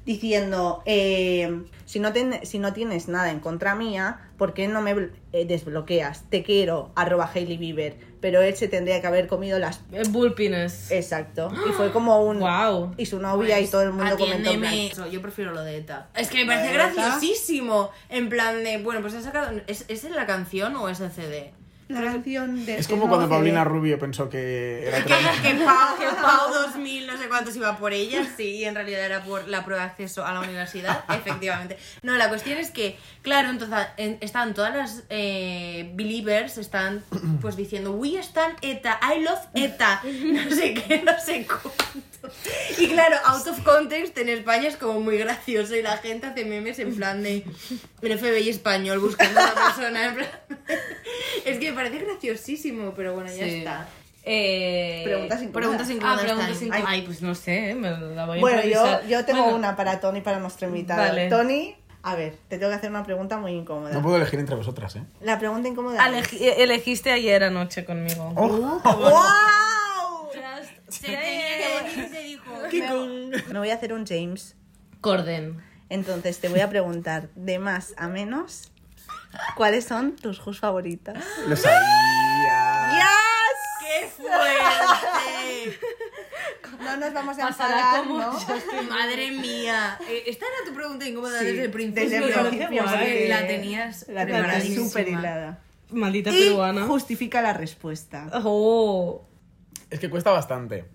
diciendo, eh, si, no ten- si no tienes nada en contra mía, ¿por qué no me bl- eh, desbloqueas? Te quiero, arroba Hailey Bieber. Pero él se tendría que haber comido las... Eh, Bullpines. Exacto. Y fue como un... Wow. Y su novia Pues, y todo el mundo comentó en plan, Atiéndeme. Yo prefiero lo de ETA. Pues, Es que me parece graciosísimo. En plan de, bueno, pues ha sacado. ¿Es, es en la canción o es el CD? La canción de... este Es como cuando Paulina Rubio pensó que era Que, trans. que Pau, que Pau 2000, no sé cuántos iba por ella, sí, y en realidad era por la prueba de acceso a la universidad, efectivamente. No, la cuestión es que, claro, entonces en- están todas las eh, believers, están pues diciendo, we están ETA, I love ETA, no sé qué, no sé cuánto. Y claro, out of context en España es como muy gracioso y la gente hace memes en plan de el FBI español buscando a una persona. En plan... Es que me parece graciosísimo, pero bueno, ya Sí. está. Eh, Preguntas incómodas. Preguntas incómodas. Ah, preguntas Ay. sin... Ay, pues no sé, me la voy a Bueno, yo, improvisar. yo tengo Bueno, una para Tony, para nuestro invitado. Vale. Tony, a ver, te tengo que hacer una pregunta muy incómoda. No puedo elegir entre vosotras, ¿eh? La pregunta incómoda. es- alegi- eh, elegiste ayer anoche conmigo. Oh. ¡Guau! Se eh. tenía que se dijo. Me voy a hacer un James. Corden. Entonces te voy a preguntar de más a menos cuáles son tus jus favoritas. Lo sabía. ¡Yes! ¡Qué fuerte! No nos vamos a Pasará enfadar, como ¿no? Madre mía. Eh, Esta era tu pregunta incómoda Sí, desde el principio. desde el Yo principio, creo porque que la tenías La tengo preparadísima. súper hilada. Maldita Y peruana. justifica la respuesta. Oh. Es que cuesta bastante.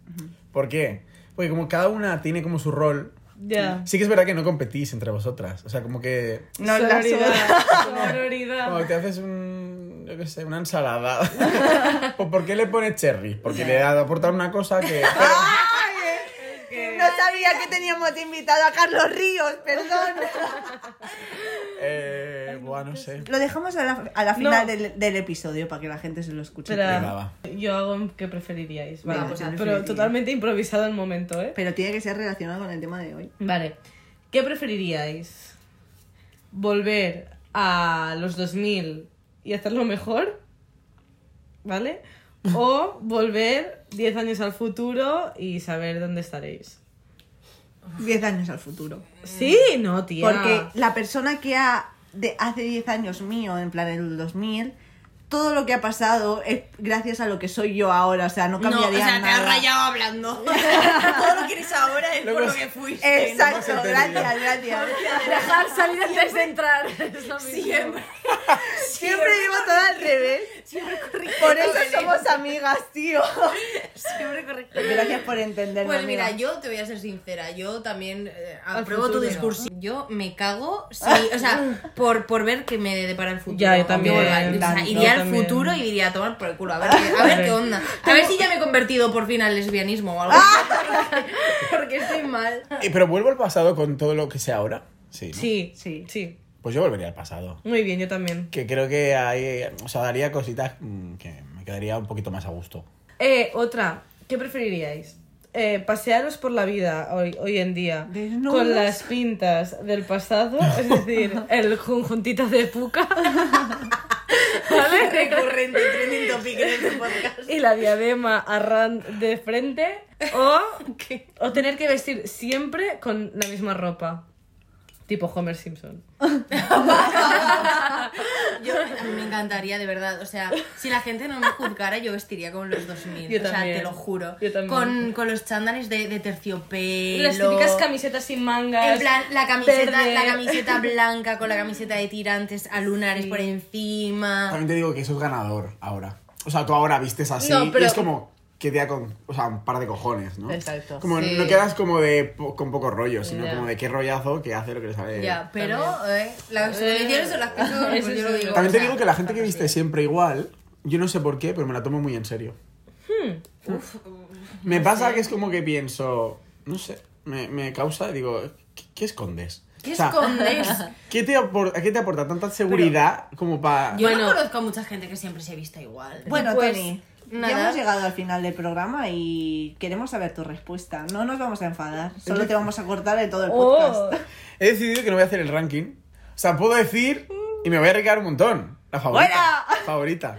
¿Por qué? Porque como cada una tiene como su rol, Ya. sí que es verdad que no competís entre vosotras. O sea, como que No la sola. Sororidad. Como Sororidad. te haces un. Yo qué sé, una ensalada. ¿O por qué le pones cherry? Porque le ha aportado una cosa que. No sabía que teníamos invitado a Carlos Ríos, perdón. Eh, buah, no sé. Lo dejamos a la, a la final No. del, del episodio para que la gente se lo escuche. Venga, Espera. va. Yo hago que preferiríais. Vale, Venga, pues, pero preferiría. totalmente improvisado el momento, ¿eh? Pero tiene que ser relacionado con el tema de hoy. Vale. ¿Qué preferiríais? ¿Volver a los 2000 y hacerlo mejor? ¿Vale? ¿O volver 10 años al futuro y saber dónde estaréis? 10 años al futuro. Sí, no, tía. Mm. Porque la persona que ha, de hace 10 años mío, en plan el 2000, todo lo que ha pasado es gracias a lo que soy yo ahora, o sea, no No, o cambiaría sea, te nada. has rayado hablando. Todo lo que eres ahora es por Luego lo es- que fuiste. Exacto, No me has entendido. gracias, gracias. Dejar salir antes de entrar. Es lo mismo. Siempre. Siempre digo todo al revés. Por eso somos amigas, tío. Siempre correcto. Gracias por entenderme. Pues mira, amiga. yo te voy a ser sincera, yo también eh, Al apruebo tu futuro. discurso. Yo me cago, sí, o sea, por, por ver que me depara el futuro. Ya, yo también, O sea, tanto, iría al también. futuro y diría a tomar por el culo, a ver, qué- a ver qué onda. A ver si ya me he convertido por fin al lesbianismo o algo. Porque estoy mal. Eh, pero vuelvo al pasado con todo lo que sea ahora. Sí. ¿no? Sí, sí, Sí. sí. Pues yo volvería al pasado. Muy bien, yo también. Que creo que hay. O sea, daría cositas mm, que me quedaría un poquito más a gusto. Eh, otra. ¿Qué preferiríais? Eh, pasearos por la vida hoy, hoy en día Desnudos. con las pintas del pasado, es decir, el conjuntito de puca ¿vale? Recurrente, trending topic en este podcast. y la diadema arran de frente o, o tener que vestir siempre con la misma ropa, tipo Homer Simpson. Yo, a mí me encantaría, de verdad. O sea, si la gente no me juzgara, yo vestiría con los 2000. Yo o sea, también. te lo juro. Yo también. Con, con los chándales de, de terciopelo. Las típicas camisetas sin mangas. En plan, la camiseta, verde. la camiseta blanca con la camiseta de tirantes a lunares por encima. Ah. También te digo que eso es ganador ahora. O sea, tú ahora vistes así No, pero- y es como que te da con, o sea, un par de cojones, ¿no? Exacto. Como Sí. no quedas como de po- con poco rollo, sino Ya. como de qué rollazo que hace lo que le sale. Ya, pero eh, las soluciones son las que son, pues Eso yo sí. lo digo. También o te sea, digo que la gente que viste siempre igual, yo no sé por qué, pero me la tomo muy Hmm. en serio. Me pasa que es como que pienso, no sé, mm, me, me causa, digo, ¿qué, qué escondes? ¿Qué O sea, escondes? ¿qué te apor- ¿A qué te aporta tanta seguridad como para... Yo Bueno. no conozco a mucha gente que siempre se vista igual. Bueno, Pues, Tony, nada. ya hemos llegado al final del programa y queremos saber tu respuesta. No nos vamos a enfadar, solo te vamos a cortar de todo el Oh. podcast. He decidido que no voy a hacer el ranking. O sea, puedo decir y me voy a arriesgar un montón. La favorita. Favorita.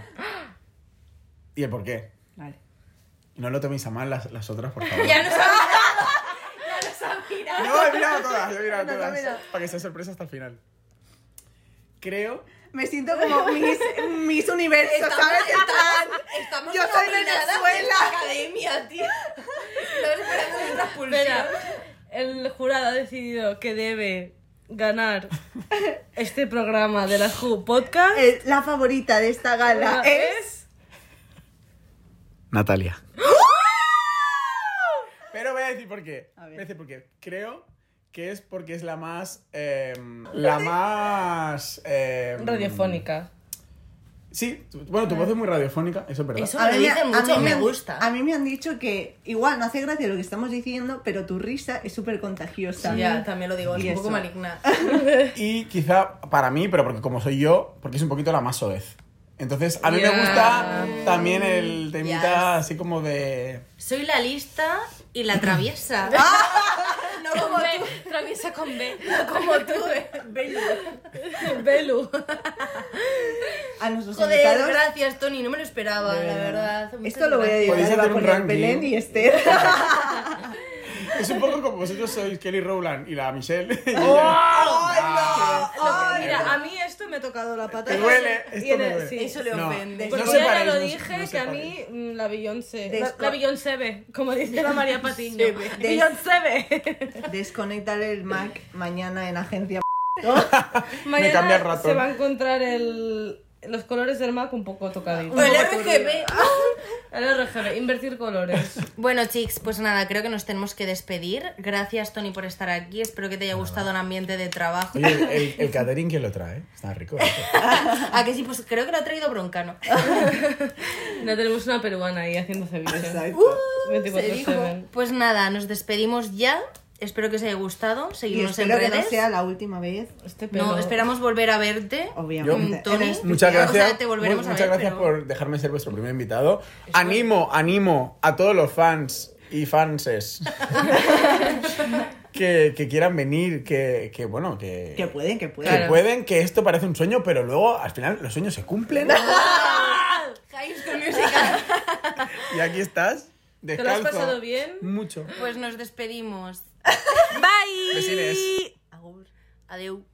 ¿Y el por qué? Vale. No lo toméis a mal las, las otras, por favor. Ya nos ha No, he mirado todas, he mirado todas. Para que sea sorpresa hasta el final. Creo. Me siento como mis, mis universos, ¿sabes? En plan, Estamos Yo soy nominadas en Venezuela. la academia, tío. Estamos esperando nuestras Espera, pulseras. el jurado ha decidido que debe ganar este programa de la Who Podcast. eh, la favorita de esta gala es... Natalia. Pero voy a decir por qué. Voy a decir por qué. Creo que es porque es la más. eh, la más. eh, Radiofónica. Sí, tu- bueno, tu voz es muy radiofónica, eso es verdad. Eso me dice mucho, me han- gusta. A mí me han dicho que igual no hace gracia lo que estamos diciendo, pero tu risa es súper contagiosa. Ya, también lo digo, es Y un poco eso. maligna. Y quizá para mí, pero porque como soy yo, porque es un poquito la más soez. Entonces, a mí Ya. me gusta también el temita Yes. así como de. Soy la lista y la traviesa. No como tú, Traviesa con B. como tú, eh, Belu. Belu. A nuestros Joder, invitados. gracias, Tony, no me lo esperaba, la verdad. Muchas Esto lo voy a gracias. editar Podéis y va hacer a un poner ranking. Belén y Esther. Es un poco como vosotros sois Kelly Rowland y la Michelle. Y ella- Oh, Ah, Ah, Mira, a mí esto me ha tocado la pata. Te duele, Y esto en me el- duele. sí. Eso le No, ofende. no Porque separéis, yo ya no lo se- dije no que a separéis. mí mm, la Beyoncé. La, Desco- la Beyoncé ve, como dice la María Patiño. Des- Beyoncé ve. Desconectar el Mac mañana en agencia. Me cambia el Mañana ratón. se va a encontrar el, los colores del Mac un poco tocaditos. O el pues RGB. El RGB, invertir colores. Bueno, chicos, pues nada, creo que nos tenemos que despedir. Gracias, Tony, por estar aquí. Espero que te haya gustado el ambiente de trabajo. Oye, el, el- el catering, ¿quién lo trae? Está rico. ¿eh? ¿A que sí? Pues creo que lo ha traído Broncano. No tenemos una peruana ahí haciendo ceviche. Se dijo. 24-7. Pues nada, nos despedimos ya. Espero que os haya gustado. Y Seguimos en espero que redes. no sea la última vez, Este pelo. No, esperamos volver a verte. obviamente. Mm, Tony. Muchas O sea, gracias. te volveremos mu- a muchas ver, gracias pero- por dejarme ser vuestro primer invitado. Animo, animo a todos los fans y fanses que, que quieran venir, que, que bueno, que, Que pueden, que que pueden. pueden, que esto parece un sueño, pero luego al final los sueños se cumplen. High School Musical. y aquí estás, lo has descalzo. pasado bien? Mucho. Pues nos despedimos. Besines. Adeu.